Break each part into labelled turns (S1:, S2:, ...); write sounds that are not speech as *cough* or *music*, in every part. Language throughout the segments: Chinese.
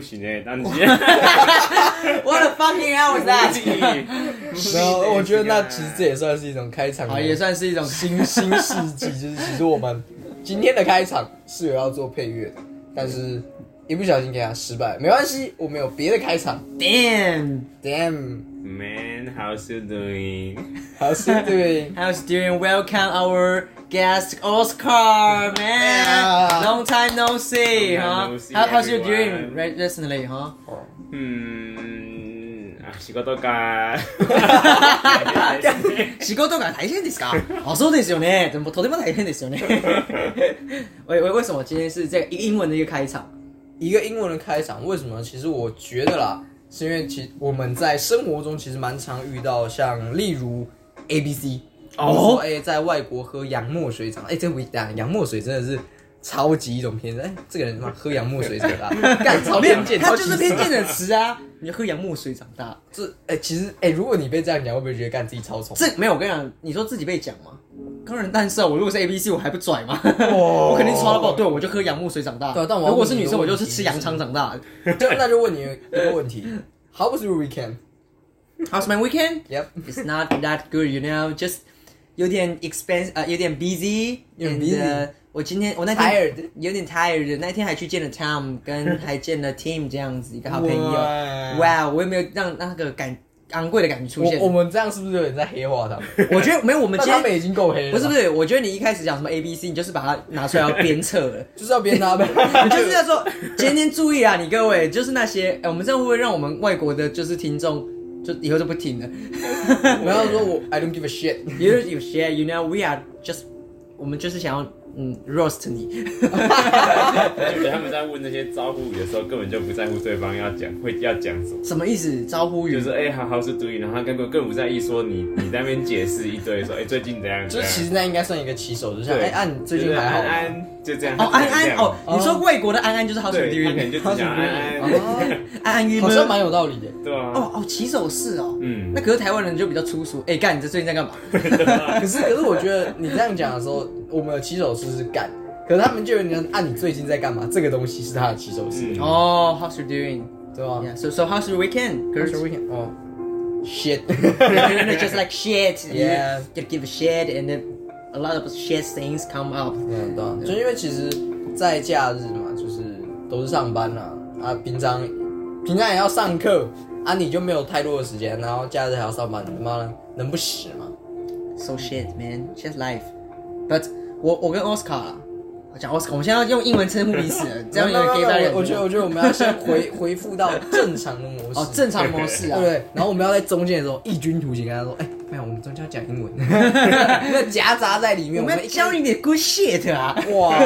S1: 行哎、欸，当时
S2: What the fucking hell was that？
S3: *laughs*
S4: 然后我觉得那其实这也算是一种开场
S3: 啊，也算是一种
S4: 新新世纪，就是其实我们今天的开场是有要做配乐的，但是一不小心给它失败，没关系，我们有别的开场。
S3: *laughs* damn。
S4: Damn，
S1: *laughs* Man, how's you doing?
S4: 好是对
S3: How's doing? Welcome our guest Oscar, man.
S4: Yeah.
S3: Long time no see,
S1: Long time
S3: huh?
S1: no see,
S3: How, how's you doing
S1: everyone.
S3: right recently, huh?
S1: うん、あ仕事か。
S3: *laughs* 仕事が大変ですか？ *laughs* あ、そうですよね。でもとても大変ですよ *laughs* ね。喂喂，为什么今天是这个英文的一个开场？
S4: 一个英文的开场，为什么？其实我觉得啦，是因为其我们在生活中其实蛮常遇到，像例如 A B C，
S3: 哦
S4: 哎、在外国喝洋墨水长大，哎、这不一样，洋墨水真的是超级一种偏见，哎、这个人他妈喝洋墨水长 *laughs* 大，干超偏见，
S3: 它
S4: 超
S3: 就
S4: 级
S3: 是哦偏见的词啊！你喝洋墨水长大，
S4: 这哎、其实哎、如果你被这样讲，会不会觉得干自己超丑？
S3: 这没有。我跟你讲，你说自己被讲吗？当然，但是啊，我如果是 A B C，我还不拽吗？ *laughs*
S4: 哦
S3: 我
S4: *laughs*
S3: 肯定超到爆。哦对，我就喝洋墨水长大。
S4: 对啊但我要
S3: 如果
S4: 问
S3: 是
S4: 你
S3: 女
S4: 一个
S3: 生，我
S4: 问
S3: 就是
S4: 题
S3: 吃
S4: 就
S3: 洋
S4: 是
S3: 肠长大。
S4: 就那就问你一个问题，How was your weekend？
S3: How's my weekend?
S4: Yep.
S3: it's not that good, you know. Just 有点 expense，呃，有点 busy，
S4: 有点
S3: and,
S4: busy
S3: 呃我今天我那天
S4: Tired
S3: 有点 tired，那天还去见了 Tom，跟还见了 Tim 这样子一个好朋友。
S4: 哇
S3: 哇，我也没有让那个感昂贵的感觉出现。
S4: 我我们这样是不是有点在黑化他们？
S3: 我觉得没有，我们
S4: 但
S3: 今
S4: 他们
S3: 天
S4: 已经够黑了吧，
S3: 不是不是，我觉得你一开始讲什么 A B C，你就是把它拿出来要鞭策了。
S4: 就是要
S1: *laughs*
S4: 编他们，
S3: 你就是要说，今天注意啊，你各位，就是那些，哎我们这样会不会让我们外国的，就是听众，就以后就不听了？
S4: 我要说我 I don't give a shit。
S3: You know, you share, you know, we are just，我们就是想要嗯 roast 你。
S1: 就觉得他们在问那些招呼语的时候，根本就不在乎对方要讲会要讲什么。
S3: 什么意思？招呼
S1: 比
S3: 语
S1: 如？说，哎、好好是 doing，然后他根本更不在意说你你在那边解释一堆，说，哎、最近怎样怎
S4: 就
S1: 样。
S4: 是其实那应该算一个起手，就像
S1: 对哎
S4: 哎，啊，你最近还好
S1: 安
S4: 吗？
S1: 安就这样。
S3: 哦，安安哦，
S4: 哦
S3: 你说外国的安安就是好 o w
S1: 对，他可能
S3: doing，
S1: 就只想安安，
S3: 安安郁
S4: 哦好
S3: 闷。
S4: 像蛮有道理的。
S1: 对啊。
S3: 哦哦，起手式哦。
S1: 嗯
S3: 那可是台湾人就比较粗俗。哎，干，你这最近在干嘛？
S4: 可是可是我觉得你这样讲的时候，我们的起手式是干，可是他们就有人啊，你最近在干嘛？这个东西是他的起手式，
S1: 嗯
S3: 哦，how's you doing？Yeah,
S4: 对吧？
S3: so so how's your weekend? 可
S4: 可
S3: 是
S4: 是 weekend 哦，shit，
S1: *laughs*
S3: just like shit.
S4: *laughs* Yeah.
S3: You get give a shit and then a lot of shit things come up.
S4: 嗯，对啊，就因为其实，在假日嘛，就是都是上班啦、啊，平常平常也要上课啊，你就没有太多的时间，然后假日还要上班，他妈的能不死吗？
S3: So shit, man, just life. But 我我跟 Oscar，啊我讲 Oscar，我们现在要用英文称呼彼此了，
S4: *laughs*
S3: 这样有点 gay 大人。
S4: 我觉得，我觉得我们要先回 *laughs* 回复到正常的模式，
S3: 哦，正常模式
S4: 对
S3: 啊
S4: 不。对？然后我们要在中间的时候异军突起，跟他说，哎、没有，我们中间要讲英
S3: *laughs*
S4: 文，那夹杂在里
S3: 我
S4: 面，我
S3: 们
S4: 们
S3: 要
S4: 一
S3: 教你点 good shit 啊。
S4: 哇！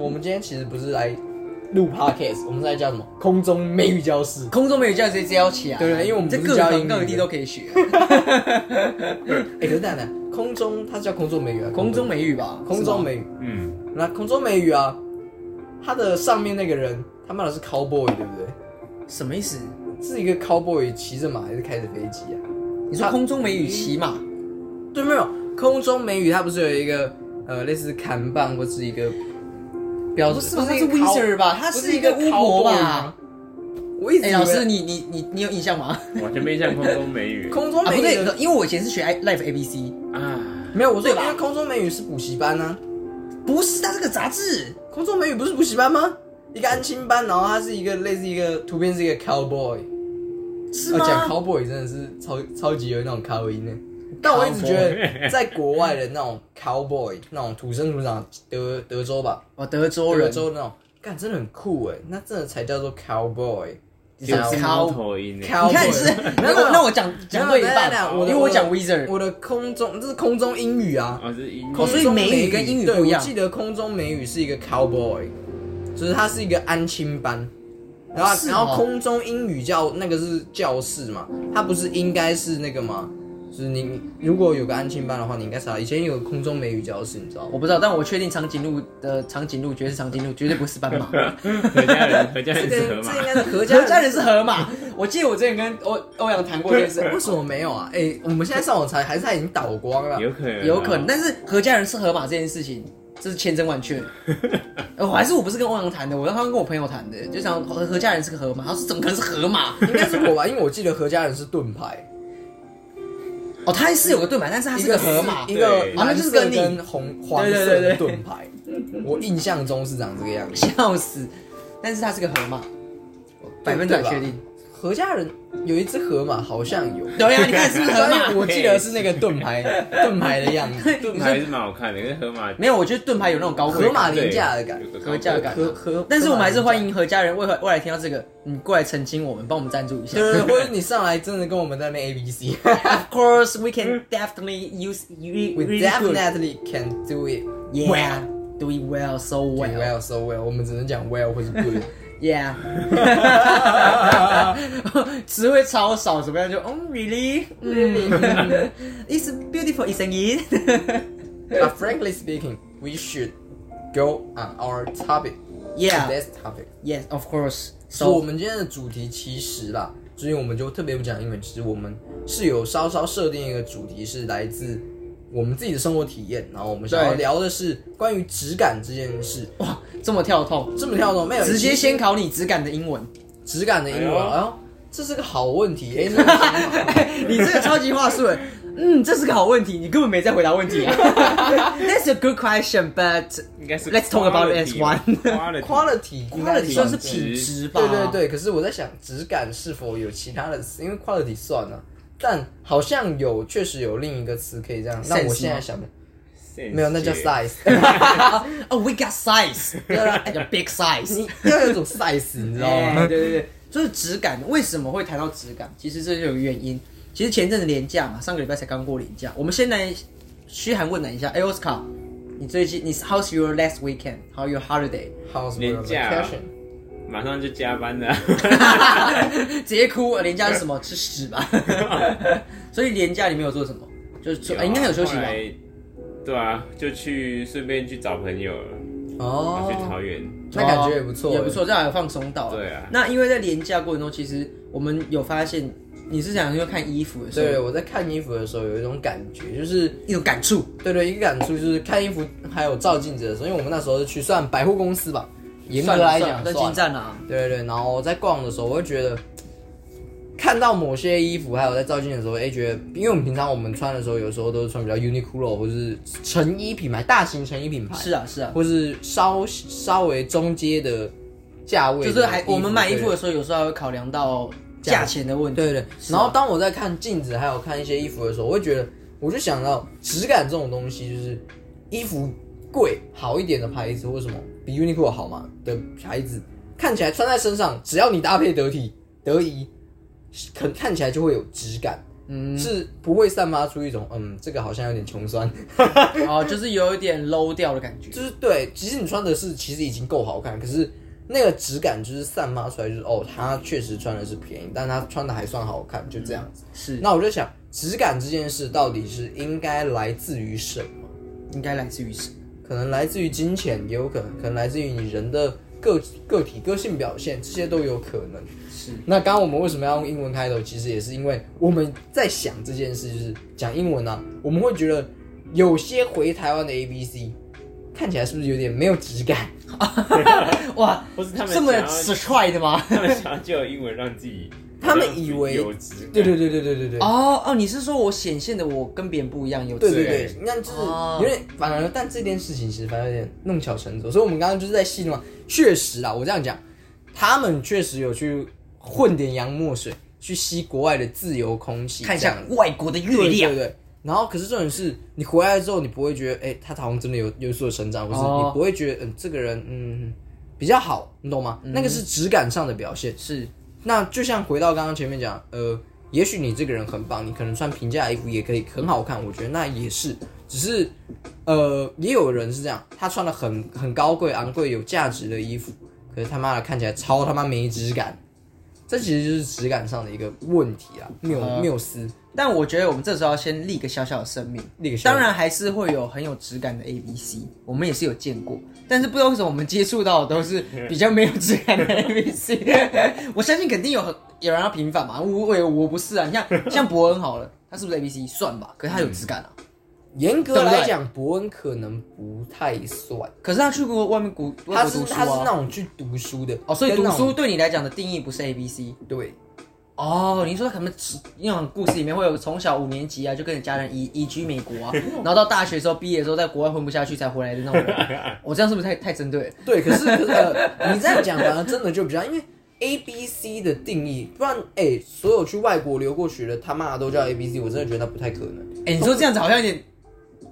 S4: 我们今天其实不是来录 podcast，我们是来叫什么？空中美语教室。
S3: 空中美语教直接教起来，
S4: 对对因为我们
S3: 啊这
S4: 不
S3: 各
S4: 是教英
S3: 行
S4: 语
S3: 各
S4: 的
S3: 地都可以学。啊
S4: 哎、可是蛋蛋，空中它是叫空中美语啊，
S3: 空中美语吧，
S4: 空中美语，
S1: 嗯，
S4: 那空中美语啊，它的上面那个人他妈的是 cowboy 对不对？
S3: 什么意思？
S4: 是一个 cowboy 骑着马还是开着飞机啊？
S3: 你说空中美语骑
S4: 啊
S3: 马？
S4: 对，没有空中美语，它不是有一个呃类似砍棒或是一个标
S3: 不
S4: 准？
S3: 是吧？他
S4: 它
S3: 是 wizard 吧？他
S4: 不
S3: 是
S4: 是
S3: 一
S4: 一个
S3: 个巫婆
S4: cowboy
S3: 吧
S4: 吗？我一直
S3: 哎，
S4: 以为
S3: 老师，你你你你有印象吗？
S1: 完全没像空中美语
S4: 空中
S3: 啊，
S4: 美
S3: 不
S4: 语
S3: 对
S4: 的、，
S3: 因为我以前是学 I- Life ABC，
S1: 啊，
S4: 没有，我说
S3: 对吧
S4: 因为空中美语是补习班啊，
S3: 不是，它是个杂志。
S4: 空中美语不是补习班吗？一个安亲班，然后它是一个类似一个图片是一个 cowboy。
S3: 是
S4: 我
S3: 吗？
S4: 讲 cowboy 真的是超超级有那种 cowboy 呢。但我一直觉得，在国外的那种 cowboy，那种土生土长德德州吧，
S3: 哦，德州
S4: 德
S3: 人，
S4: 州那种，干真的很酷哎，那真的才叫做 cowboy。
S3: 是
S1: 有猫
S3: cow
S1: 头鹰欸，
S4: cow
S3: 你看你是， *laughs*
S4: 没
S3: 那
S4: 有
S3: 我那我讲讲对一
S4: 没有
S3: 半
S4: 没有
S3: 因
S4: 没有，我的
S3: 为我讲 wizard，
S4: 我的空中这是空中英语啊，
S1: 哦，是鹰，
S3: 哦所以美语跟英语
S4: 对
S3: 不一样
S4: 我记得空中美语是一个 cowboy，就是它是一个安亲班。然后，
S3: 是哦
S4: 然后空中英语教那个是教室嘛，它不是应该是那个吗？就是你如果有个安亲班的话，你应该是以前有个空中美语教室，你知道吗？
S3: 我不知道，但我确定长颈鹿的长颈鹿绝对是长颈鹿，绝对不是斑马。
S1: 何家人，何家
S4: *laughs* 这
S1: 人是河
S4: 个这应
S1: 马，
S4: 该是何
S3: 家
S4: 家
S3: 家人是 *laughs* 河马，我记得我之前跟欧欧阳谈过这件
S4: 为
S3: 事，
S4: 什么没有啊？哎，我们现在上网查，还是他已经倒光了。
S1: 有可能啊，
S3: 有可能，但是何家人是河马这件事情，这是千真万 *laughs* 确。呃我还是我不是跟欧阳谈的，我让他跟我朋友谈的，就想何何家人是个河马，他说怎么可能是河马？
S4: *laughs* 应该是我吧，因为我记得何家人是盾牌，
S3: 哦，他是有个盾牌，但是他
S4: 一
S3: 是
S4: 个
S3: 个河马
S4: 一。个
S1: 对
S4: 蓝色
S3: 啊那就是跟
S4: 跟红黄
S3: 对对
S4: 色
S3: 对
S4: 的
S3: 对
S4: 盾牌，我印象中是长这个样子。
S3: *laughs* 笑死！但是它是个河马，百分百确定。
S4: 何家人有一只河马，好像有。
S3: *laughs* 对啊呀，你看是不是河
S4: 但
S3: 马？
S4: 是 *laughs* 我记得是那个盾牌，盾牌
S3: *laughs*
S4: 的样子，
S1: 盾牌是蛮好看的，因为河马
S3: 没有，我觉得盾牌有那种高贵
S4: 河马
S3: 感。
S1: 对
S4: 廉价的感
S1: 有
S4: 觉，
S1: 个高
S3: 合价感
S4: 河河。
S3: 但是我们还是欢迎何家人未来未来听到这个，你过来澄清我们，帮我们赞助一下。
S4: 对对对，或
S3: *laughs*
S4: 者你上来真的跟我们在那边 A B C，
S3: Of course, we can definitely use 嗯 we
S4: we definitely can do it
S3: yeah do it well so
S4: well
S3: well
S4: well so well，我们只能讲 well 或是
S3: *laughs*
S4: good。
S3: yeah *laughs* 词汇超少，怎么样就嗯 really *laughs* 嗯 it's beautiful it's an it *laughs*
S4: But frankly speaking, we should go on our topic.
S3: Yeah.
S4: today's topic.
S3: yes of course
S4: 所以我
S3: so
S4: 们今天的主题其实啦，所以我们就特别不讲英文。其实我们是有稍稍设定一个主题，是来自我们自己的生活体验，然后我们想要
S3: 对
S4: 聊的是关于质感这件事。
S3: *laughs* 哇这么跳痛，
S4: 这么跳动没有？
S3: 直接
S4: 其实
S3: 先考你质感的英文，
S4: 质感的英文，
S1: 哎
S4: 哎呦，这是个好问题。哎，你有想法吗
S3: 你这个超级话术欸，嗯这是个好问题，你根本没在回答问
S4: *laughs*
S3: 题啊。That's a good question, but
S1: 应该是
S3: Let's talk about it as one.
S1: one。
S4: 哎 quality
S3: quality 呃算是
S1: 品
S3: 品质吧？
S4: 对对对，可是我在想，质感是否有其他的词？因为 quality 算了、但好像有，确实有另一个词可以这样。那
S3: Sense
S4: 我现在
S3: 吗
S4: 想的没有，那叫 size。 *laughs*
S3: 哦、w e got size，对吧？叫 big size，
S4: 你要有一种 size，你知道
S3: 哎
S4: 吗？
S3: 对对对，就是质感。为什么会谈到质感？其实这就有原因。其实前阵子年假嘛，上个礼拜才刚过年假。我们先来嘘寒问暖一下。哎，Oscar，你最近你 How's your last weekend？How your holiday？
S4: 好，什么
S1: 廉价
S4: vacation？
S1: 马上就加班了。
S3: 直接哭，年假是什么？吃屎
S4: *laughs*
S3: 吧！所以年假你没有做什么？就是、
S1: *laughs*
S4: 啊
S3: 哎应该有休息
S1: 后
S3: 吧？
S1: 来对啊，就去顺便去找朋友了，然后去
S4: 哦，
S1: 桃园。
S4: 那感觉也不错，欸
S3: 也不。错，这样有放松到。
S1: 对啊
S3: 那因为在廉价过程中，其实我们有发现，你是想要看衣服的时候，
S4: 对，我在看衣服的时候有一种感觉，就是
S3: 一种感触。
S4: 对对，一个感触就是看衣服还有照镜子的时候，因为我们那时候是去算百货公司吧，严格
S3: 算了
S4: 来
S3: 算
S4: 讲
S3: 了在
S4: 算
S3: 金站啊，
S4: 对对对，然后在逛的时候，我会觉得看到某些衣服，还有在照镜的时候，哎，觉得因为我们平常我们穿的时候，有时候都是穿比较 Uniqlo 或是成衣品牌、大型成衣品牌，
S3: 是啊是啊，
S4: 或是稍稍微中阶的价位的
S3: 就
S4: 衣服，
S3: 是还我们买衣服
S4: 对
S3: 的时候，有时候还会考量到价钱的问题。
S4: 对对对。
S3: 是啊
S4: 然后当我在看镜子，还有看一些衣服的时候，我会觉得，我就想到质感这种东西，就是衣服贵好一点的牌子，或什么比 Uniqlo 好嘛的牌子，看起来穿在身上，只要你搭配得体得宜，可看起来就会有质感。嗯，是不会散发出一种嗯，这个好像有点穷酸，
S3: 哦，就是有一点 low 掉的感觉。
S4: 就是对，其实你穿的是其实已经够好看，可是那个质感就是散发出来，就是哦，他确实穿的是便宜，但他穿的还算好看，就这样子。
S3: 是，
S4: 那我就想，质感这件事到底是应该来自于什么？
S3: 应该来自于什么？
S4: 可能来自于金钱，也有可能，可能来自于你人的个个体个性表现，这些都有可能。
S3: 是
S4: 那刚刚我们为什么要用英文开头？其实也是因为我们在想这件事，就是讲英文啊，我们会觉得有些回台湾的 A B C 看起来是不是有点没有质感？
S3: 哇，
S1: 不是他们
S3: 这么
S1: 想要
S3: straight 的吗？
S1: 他们想要就有英文让自己，
S4: 他们以为
S1: 有质感
S4: 对对对对对对对。
S3: 哦哦，你是说我显现的我跟别人不一样，有
S4: 对
S3: 自
S4: 对
S3: 然
S4: 对，那就是
S3: 哦
S4: 有点反而，但这件事情其实反而有点弄巧成拙，所以我们刚刚就是在戏弄啊。确实啊，我这样讲，他们确实有去混点洋墨水，去吸国外的自由空气，
S3: 看一
S4: 这样
S3: 下外国的啊月亮
S4: 对对。对。然后，可是重点是你回来之后，你不会觉得，哎、他好像真的有有所成长，或是
S3: 哦
S4: 你不会觉得，嗯，这个人，嗯，比较好，你懂吗？那个是质感上的表现。
S3: 嗯是
S4: 那就像回到刚刚前面讲，呃，也许你这个人很棒，你可能穿平价的衣服也可以很好看，我觉得那也是，只是，呃，也有人是这样，他穿了很很高贵、昂贵、有价值的衣服，可是他妈的看起来超他妈没质感，这其实就是质感上的一个问题啊，缪
S3: 嗯
S4: 缪斯
S3: 但我觉得我们这时候要先立个小小的生命，
S4: 那个小
S3: 当然还是会有很有质感的 A B C，我们也是有见过，但是不知道为什么我们接触到的都是比较没有质感的 A B C。我 *laughs* 相信肯定有很有人要平
S4: *laughs* 嗯
S3: 反嘛，我我我不是啊，你像像伯恩好了，他是不是 A B C 算吧，可是他有质感啊，
S4: 严格
S3: 对不对
S4: 来讲，伯恩可能不太算，
S3: 可是他去过外面古外
S4: 他
S3: 国
S4: 是
S3: 读书
S4: 他是那
S3: 啊。
S4: 种去读书的
S3: 哦，所以
S4: 跟
S3: 读
S4: 那种
S3: 书对你来讲的定义不是 A B C
S4: 对
S3: 哦，你说可能那种故事里面会有从小五年级啊就跟着家人移移居美国
S4: *laughs*
S3: 啊，然后到大学的时候毕业的时候在国外混不下去才回来的那种
S4: *laughs*
S3: 人，我这样是不是太太针对了？
S4: 对，可是可是、呃、你这样讲反而真的就比较，
S3: *laughs*
S4: 因为 A B C 的定义，不然哎、所有去外国留过学的他妈的都叫 A B C，我真的觉得那不太可能。
S3: 哎、你说这样子好像有点，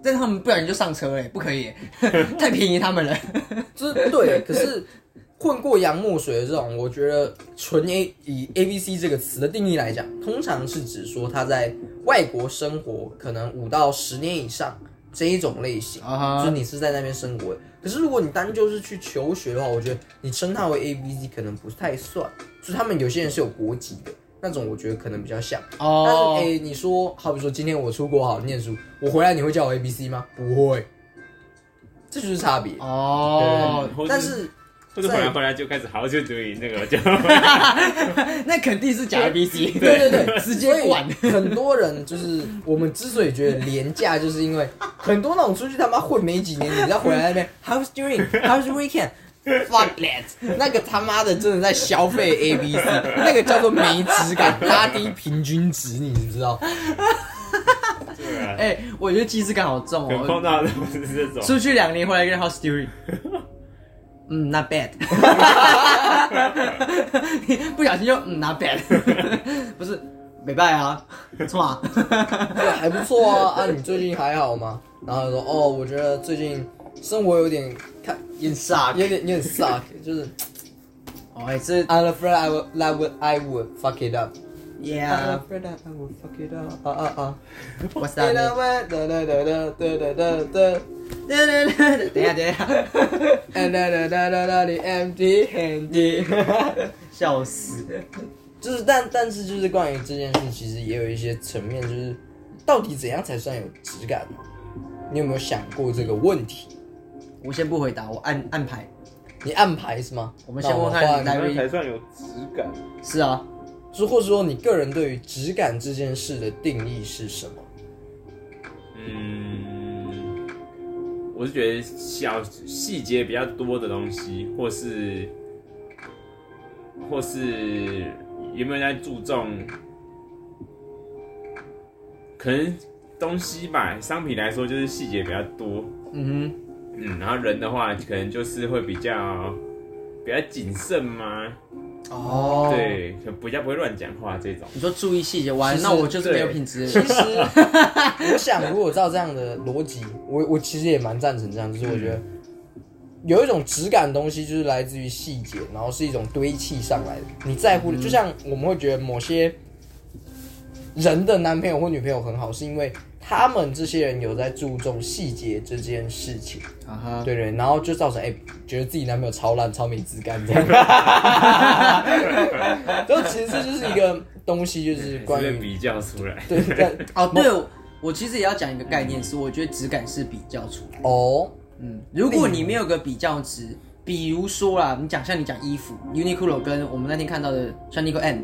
S3: 但他们不然就上车了，不可以， *laughs* 太便宜他们了。
S4: 就是对，可是混过洋墨水的这种，我觉得纯 A 以 A B C 这个词的定义来讲，通常是指说他在外国生活可能五到十年以上这一种类型
S3: 啊哈
S4: 就是你是在那边生活的。可是如果你单就是去求学的话，我觉得你称它为 A B C 可能不太算，就是他们有些人是有国籍的。那种我觉得可能比较像，但是
S3: 哦
S4: 哎、你说，好比说今天我出国好念书，我回来你会叫我 A B C 吗？不会，这就是差别。
S3: 哦，
S1: 或
S4: 但是
S1: 或者
S4: 在
S1: 回来回来就开始 How to doing 那个就
S3: 哦
S1: *laughs*
S3: *laughs* 那肯定是假 A B
S4: *laughs*
S3: C。
S4: 对对对，
S3: 直接管
S4: 所以很多人就是我们之所以觉得廉价，就是因为很多那种出去他妈混没几年，你再回来 *laughs* 那边 How's doing? How's your weekend? Fuck that！那个他妈的真的在消费 A B C，那个叫做没质感，拉低平均值，你知不知道？
S1: 对啊，
S3: 哎、我觉得既视感好重
S1: 可能碰
S3: 哦。
S1: 到的不是这种，
S3: 出去两年回来一个人 house
S4: *laughs*
S3: doing，嗯，not bad，你不小心就嗯 not bad，不 *laughs* 是没拜啊，错
S4: *laughs*
S3: 啊，
S4: 对，还不错啊啊！你最近还好吗？然后他说哦，我觉得最近生活有点看，
S3: 眼傻。
S4: 有点有点 suck，就是
S3: 哦，哎、这
S4: I'm afraid I would I would I would fuck it up。
S3: yeah，what's
S4: afraid I would fuck it up。啊啊啊！
S3: that？name？等一下，等一下。
S4: *laughs*
S3: 笑死！
S4: *laughs* 就是，但但是就是关于这件事，其实也有一些层面，就是到底怎样才算有质感？你有没有想过这个问题？
S3: 我先不回答，我按按牌。
S4: 你安排是吗？
S3: 我们先
S4: 那
S3: 问看
S4: 换
S3: 你来
S1: 那才算有质感。
S3: 是啊，
S4: 就或者说你个人对于质感这件事的定义是什么？
S1: 嗯，我是觉得小细节比较多的东西，或是或是有没有在注重，可能东西吧，商品来说就是细节比较多，
S3: 嗯
S1: 嗯，然后人的话可能就是会比较比较谨慎嘛，
S3: 哼，哦，
S1: 对，可能比较不会乱讲话这种。
S3: 你说注意细节，完
S4: 其，实
S3: 那我就是没有
S1: 对
S3: 品质。
S4: 其实， *laughs* 我想，如果照这样的逻辑，我我其实也蛮赞成这样，就是我觉得有一种质感的东西，就是来自于细节，然后是一种堆砌上来的。你在乎的，就像我们会觉得某些人的男朋友或女朋友很好，是因为他们这些人有在注重细节这件事情，
S3: 啊哈，
S4: 对对，然后就造成哎、觉得自己男朋友超烂、超没质感 *laughs* 这样。就其实这就是一个东西，就是
S1: *laughs*
S4: 关
S1: 是被
S4: 于
S1: 比较出来，
S4: 对但
S3: 哦，对，我我其实也要讲一个概念，是我觉得质感是比较出来的。
S4: 哦。
S3: 嗯，如果你没有个比较值，比如说啦，你讲像你讲衣服，Uniqlo 跟我们那天看到的 Chanel and，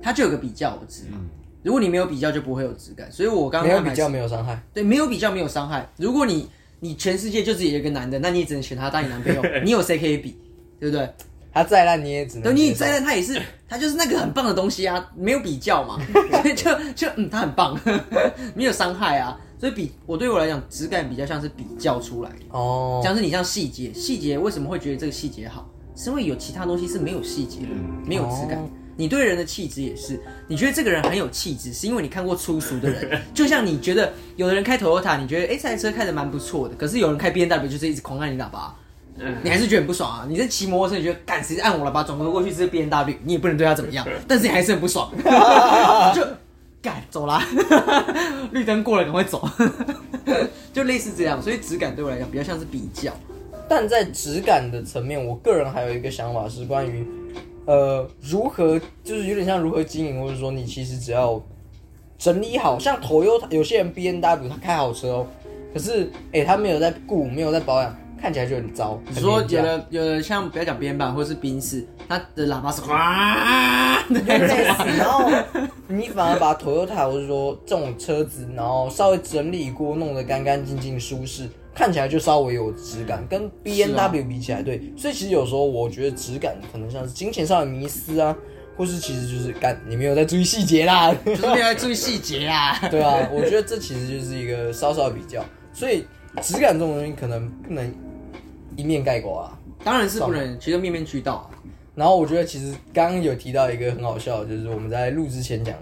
S3: 它就有个比较值嘛。如果你没有比较，就不会有质感。所以我刚刚
S4: 没有
S3: 安排
S4: 比较，没有伤害。
S3: 对，没有比较没有伤害。如果你你全世界就只有一个男的，那你也只能选他当你男朋友，你有谁可以比，对不对？
S4: 他再烂你也只能接
S3: 等你
S4: 受。
S3: 再烂，他也是，他就是那个很棒的东西啊，没有比较嘛，所以就就嗯，他很棒， *laughs* 没有伤害啊，所以比我对我来讲，质感比较像是比较出来的，
S4: 哦，
S3: 像是你像细节，细节为什么会觉得这个细节好，是因为有其他东西是没有细节的，没有质感。
S4: 哦
S3: 你对人的气质也是，你觉得这个人很有气质，是因为你看过粗俗的人，就像你觉得有的人开 Toyota，你觉得哎、诶这台车开的蛮不错的，可是有人开 B N W 就是一直狂按你喇叭，你还是觉得很不爽啊！你在骑摩托车，你觉得干谁按我喇叭，转头过去是 B N W，你也不能对他怎么样，但是你还是很不爽，就干走啦， *laughs* 绿灯过了赶快走， *laughs* 就类似这样。所以质感对我来讲比较像是比较，
S4: 但在质感的层面，我个人还有一个想法是关于，呃，如何就是有点像如何经营，或者说你其实只要整理好，像 Toyota 有些人 B N W 他开好车哦，可是哎、他没有在顾，没有在保养，开看起来就很糟。
S3: 你说
S4: 很廉
S3: 有
S4: 价
S3: 的有的像不要讲编版或者是宾士，它的喇叭是哗
S4: *laughs*
S3: 的那 *laughs*
S4: 类
S3: 种
S4: 似，然后你反而把 Toyota 或者说这种车子，然后稍微整理过，弄得干干净净、舒适，看起来就稍微有质感，跟 B N
S3: 是啊
S4: W 比起来，对。所以其实有时候我觉得质感可能像是金钱上的迷失啊，或是其实就是干你没有在注意细节啦，
S3: 就是没有在注意细节啊。
S4: *laughs* 对啊，我觉得这其实就是一个稍稍的比较，所以质感这种东西可能不能一面概括啊。
S3: 当然是不能，其实面面俱到啊。
S4: 然后我觉得其实刚刚有提到一个很好笑的，就是我们在录之前讲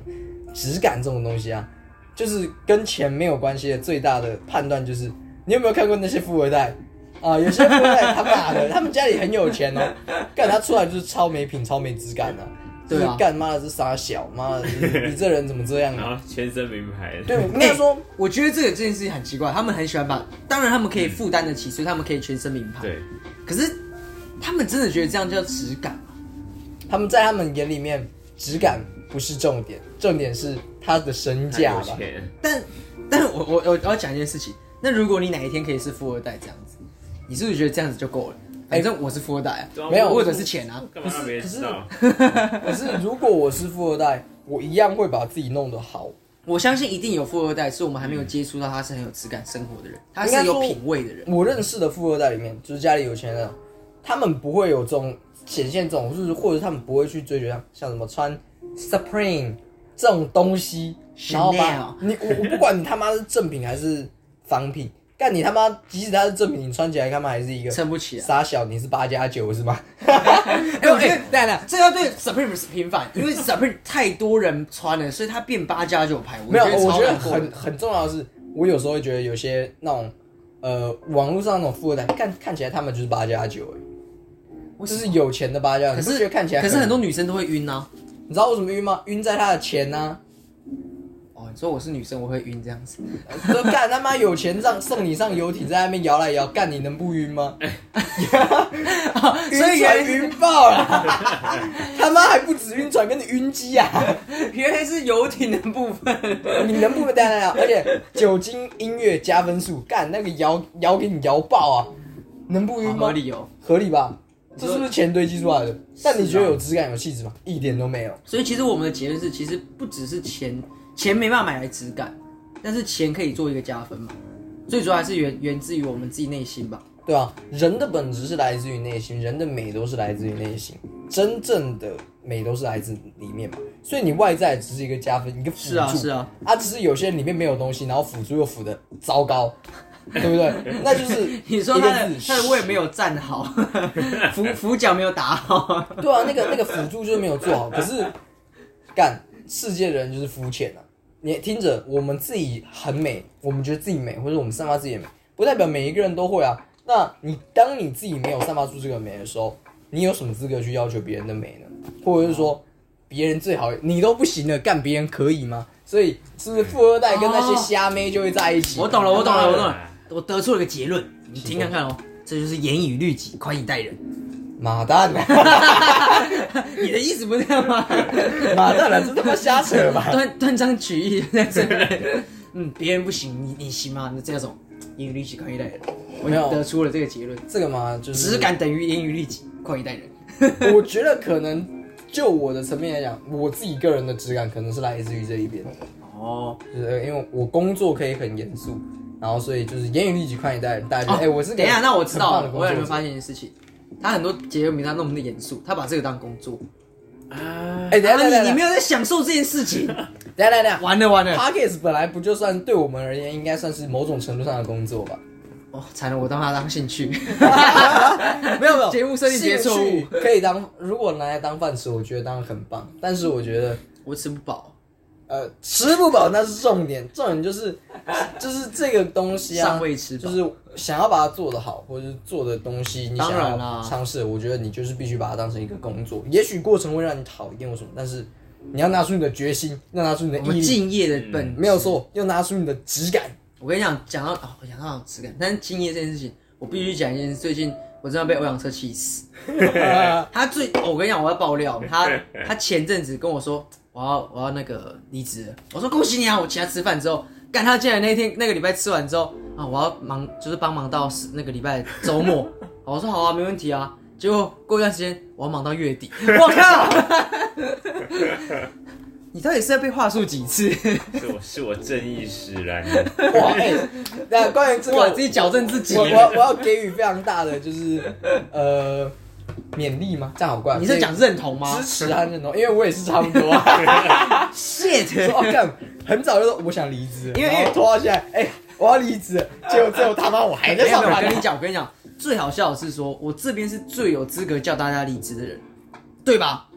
S4: 质感这种东西啊，就是跟钱没有关系的最大的判断就是，你有没有看过那些富二代啊？有些富二代他妈的，他们家里很有
S3: *laughs*
S4: 钱哦，干他出来就是超没品、超没质感的、
S3: 对啊
S4: 就是干妈的是傻小，妈的你你这人怎么这样
S1: 然
S3: *laughs*
S4: 啊？
S1: 后全身名牌的，
S4: 对，我应该说。
S3: 我觉得这个这件事情很奇怪，他们很喜欢把，当然他们可以负担得起，所以他们可以全身名牌。，
S1: 对，
S3: 可是他们真的觉得这样叫质感吗？
S4: 他们在他们眼里面，质感不是重点，重点是他的身
S1: 太
S4: 价
S1: 有
S4: 吧。
S1: 钱，
S3: 但但我我我我要讲一件事情，那如果你哪一天可以是富二代这样子，你是不是觉得这样子就够了？
S4: 哎
S3: 反正我是富二代啊，
S1: 对啊
S4: 没有
S3: 或者是钱啊，
S1: 干嘛让别人知道？
S4: 可是如果我是富二代，我一样会把自己弄得好。
S3: 我相信一定有富二代，是我们还没有接触到他是很有质感生活的人，他
S4: 应该
S3: 是
S4: 说
S3: 有品味的人。
S4: 我认识的富二代里面，就是家里有钱人，他们不会有这种显现这种，就是或者他们不会去追求像像什么穿 Supreme 这种东西，然后把
S3: Chanel
S4: 你我我不管你他妈是正品还是仿品，干你他妈即使它是正品，你穿起来他妈还是一个
S3: 撑不起啊！
S4: 傻小，你是八加九是吗？ *laughs*
S3: 哎，我觉得，等一下，这要对 Supreme 是平反，因为 Supreme 太多人穿了，所以它变八加九牌。
S4: 没有，我
S3: 超
S4: 觉得
S3: 难过的
S4: 很很重要的是，我有时候会觉得有些那种呃网络上那种富二代，看看起来他们就是八加九，哎，就是有钱的八加九，
S3: 可
S4: 你不
S3: 是
S4: 觉得看起来，
S3: 可是很多，女生都会晕啊。
S4: 你知道为什么晕吗？晕在他的钱啊
S3: *laughs*
S4: 呐、
S3: 哦，你说我是女生，我会晕这样子。
S4: 说干他妈有钱让送你上游艇，在那边摇来摇，干你能不晕吗？
S3: *laughs* 所以原来
S4: 晕船
S3: 是
S4: 晕爆了， *laughs* 他妈还不止晕船，跟你晕机啊！ *laughs*
S3: 原来是游艇的部分。
S4: 你能不能等等等？而且酒精音乐加分数，干那个摇摇给你摇爆啊，能不晕
S3: 好
S4: 吗？
S3: 合理哦。
S4: 合理吧？这
S3: 说
S4: 是不是钱堆积出来
S3: 啊
S4: 的？但你觉得有质感、有气质吗？一点都没有。
S3: 所以其实我们的结论是，其实不只是钱，钱没办法买来质感，但是钱可以做一个加分嘛。最主要还是源源自于我们自己内心吧。
S4: 对啊，人的本质是来自于内心，人的美都是来自于内心，真正的美都是来自里面嘛。所以你外在只是一个加分，一个辅助。
S3: 是啊是啊，
S4: 啊，只是有些人里面没有东西，然后辅助又辅的糟糕，对不对？那就是
S3: *laughs* 你说
S4: 一个
S3: 他的
S4: 字
S3: 他的位没有站好， *laughs* 扶扶脚没有打好， *laughs*
S4: *laughs* 对啊，那个那个辅助就是没有做好。可是，干世界人就是肤浅啊！你听着，我们自己很美，我们觉得自己美，或者我们散发自己的美，不代表每一个人都会啊。那你当你自己没有散发出这个美的时候，你有什么资格去要求别人的美呢？或者是说，别人最好你都不行了，干别人可以吗？所以是不是富二代跟那些虾妹就会在一起？
S3: 哦我懂了，我懂了，我懂了
S1: 哎，
S3: 我得出了个结论，你听看看哦，这就是严以律己，宽以待人。
S4: 马蛋啊，
S3: 你的意思不是这样吗？
S4: 马蛋啊，这他妈瞎 *laughs* 扯
S3: *laughs*
S4: 吧！
S3: 断断章取义在这边。嗯，别人不行，你你行吗？那这种严以律己，宽以待人，我
S4: 没有
S3: 得出了这个结论，
S4: 这个嘛，就是
S3: 质感等于严以律己，宽以待人。
S4: *laughs* 我觉得可能就我的层面来讲，我自己个人的质感可能是来自于这一边，
S3: 哦，
S4: 就是因为我工作可以很严肃，然后所以就是严以律己，宽以待人，大家觉得哎、我是个
S3: 哦等一下，那我知道
S4: 很棒的
S3: 了，
S4: 工
S3: 我有
S4: 作者
S3: 没有发现一件事情？他很多节目名他弄得严肃，他把这个当工作。
S1: 啊，
S4: *laughs* 哎、等一
S3: 然
S4: 下
S3: 后
S4: 等一下
S3: 你你没
S4: 有
S3: 有在享受这件事情，
S4: *laughs* 等一下等一下。
S3: 完了完了，
S4: Podcast 本来不就算对我们而言，应该算是某种程度上的工作吧？
S3: 哦，惨了，我当他当兴趣。
S4: *laughs* 没有没有，
S3: 节目设定节奏
S4: 兴趣可以当，如果拿来当饭吃，我觉得当然很棒。但是我觉得
S3: 我吃不饱，
S4: 呃，吃不饱那是重点，重点就是就是这个东西啊，
S3: 尚未吃饱
S4: 就是想要把它做得好，或者是做的东西，你想
S3: 当
S4: 要
S3: 然啊啦
S4: 尝试，我觉得你就是必须把它当成一个工作。也许过程会让你讨厌或什么，但是你要拿出你的决心，要拿出你的
S3: 我们
S4: 毅力，
S3: 敬业的本、
S4: 没有。错，要拿出你的质感。
S3: 我跟你讲，讲到哦，我讲到质感，但是敬业这件事情，我必须讲一件事。最近我真的被欧阳车气死。他最，哦我跟你讲，我要爆料，
S4: *laughs*
S3: 他他前阵子跟我说，我要我要那个离职了。我说恭喜你啊，我请他吃饭之后，干他竟然那天那个礼拜吃完之后，啊，我要忙，就是帮忙到那个礼拜周
S4: *laughs*
S3: 末。我说好啊，没问题啊。结果过一段时间，我要忙到月底。我靠！
S4: *laughs*
S3: 你到底是在被话术几次？
S1: 是我是我正义使然。
S4: 哇，哎、那关于这个，
S3: *laughs* 哇，自己矫正自己
S4: 我。我要我要给予非常大的就是呃勉励吗？这样好怪。
S3: 你是讲认同吗
S4: 支持和认
S3: *laughs*
S4: 同？因为哦我也是差不多、啊。
S3: ？shit！
S4: 说哦，干，很早就说我想离职，
S3: 因为
S4: 然后拖到现在，哎、我要离职，结果最后他妈我还在
S3: 没有
S4: 上
S3: 没有，我
S4: 班。
S3: 跟你讲，我跟你讲，最好笑的是说，我这边是最有资格叫大家离职的人，对吧？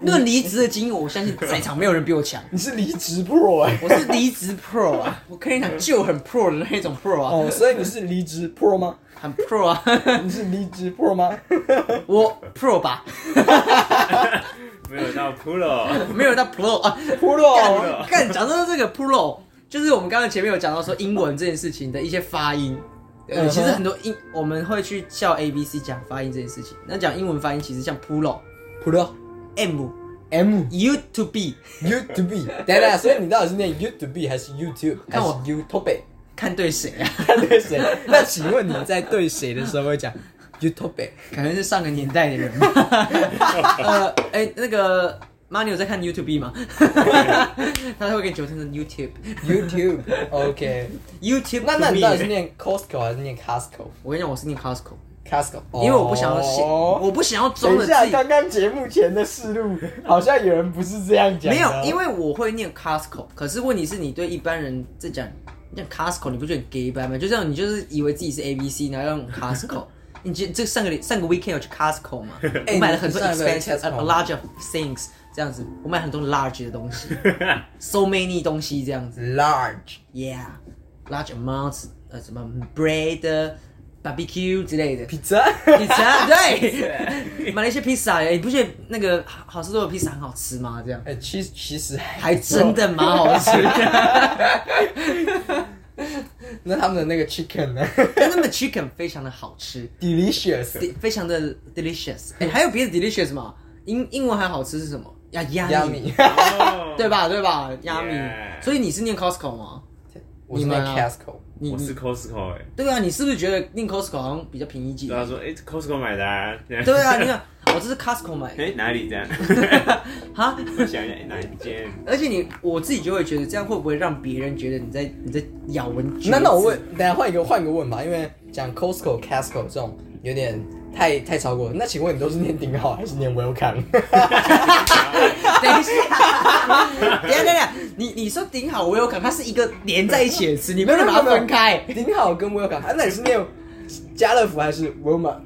S3: 论离职的经验，我相信在场没有人比我
S4: *laughs*
S3: 强。
S4: 你是离职 pro 哎、
S3: 我是离职 pro 啊，我跟你讲，就很 pro 的那种 pro 啊，
S4: 哦，所以你是离职 pro 吗？
S3: 很 pro 啊，
S4: 你是离职 pro 吗？
S3: 我 pro 吧，
S1: *laughs* 没有到 pro，
S3: 没有到 pro 啊。哦
S4: pro
S3: 干，讲到这个 pro，就是我们刚刚前面有讲到说英文这件事情的一些发音。呃
S4: 嗯哼
S3: 其实很多英我们会去笑 A B C 讲发音这件事情。那讲英文发音，其实像 pro、
S4: pro
S3: m、
S4: m
S3: u to b，
S4: YouTube，等等，所以你到底是念 YouTube 还是 YouTube 还
S3: 看
S4: 是
S3: 我
S4: YouTube？
S3: 看对谁啊？ *laughs*
S4: 对谁？那请问你在对谁的时候会讲 YouTube？
S3: 可能是上个年代的
S4: *laughs*
S3: 人吧。呃，哎、那个妈，你有在看 YouTube 吗？ *laughs* 他会给你纠正成 YouTube。
S4: YouTube *laughs* OK，
S3: YouTube，
S4: 那那你
S3: to
S4: 到底是
S3: me
S4: 念 Costco 还是念 Costco？Costco，
S3: 我跟你讲，我是念 Costco，
S4: *laughs* 因
S3: 因为我不想要写，我不想要装
S4: 哦
S3: 的
S4: 等一
S3: 自
S4: 下，
S3: 己
S4: 刚刚节目前的思路好像有人不是这样讲
S3: 没
S4: 的哦。
S3: 有，因为我会念 Costco，可是问题是你对一般人在讲你讲 Costco，你不觉得很 gay 白吗？就像你就是以为自己是 A B C，然后用 Costco。你 *laughs* 这这上个礼上个 weekend 有去 Costco 吗？
S4: *laughs* 哎
S3: 我买了很
S4: 你
S3: 多
S4: 上个礼拜去
S3: expensive a
S4: Costco
S3: a large of things 这样子，我买很多 large 的东
S4: *laughs*
S3: 西，so many 东西这样子
S4: large
S3: ，yeah，large amounts 呃什么 bread、barbecue 之类
S4: *laughs*
S3: 的
S4: pizza
S3: 披萨，对， *laughs* 买了一些披萨，哎你不觉得那个好好吃多的披萨很好吃吗？这样。
S4: 哎，其实其实还
S3: 还真的蛮好吃的，
S4: 那他们的那个 chicken 呢
S3: *laughs*
S4: *laughs*
S3: 但他们 chicken 非常的好吃
S4: ？delicious， *laughs*
S3: ，de- 非常的 delicious。哎、还有别的 delicious 吗？英英文还好吃是什么？呀，yummy，
S4: yummy，
S1: 哦
S3: 对吧？对吧？yummy。
S1: Yeah
S3: 所以你是念 Costco 吗？
S4: 我是
S3: 你
S4: 念
S3: 们啊
S4: Costco。
S3: 你
S1: 我是
S3: 你
S1: Costco 哎、
S3: 对啊，你是不是觉得念 Costco 好像比较平易近
S1: 对他
S3: 人？
S1: 说，哎、c o s t c o 买的、啊。
S3: 对啊，
S1: *laughs*
S3: 你看，我、这是 Costco 买
S1: 哎、
S3: 的
S1: 哪里这样？
S3: 哈。
S1: 我想一下，哎、哪一间？
S3: 而且你我自己就会觉得，这样会不会让别人觉得你在你在咬文嚼字？
S4: 那那我问，等一下换一个换一个问法，因为讲 Costco、Casco 这种有点太太超过了。那请问你都是念顶好还是念 Welcome？ *laughs*
S3: *laughs* 等一下，等一下，等一下，你你说顶好我有感，它是一个连在一起的词，你不能把它分开。
S4: 顶好跟 Welcome，啊那你是念家乐福还是 Walmart？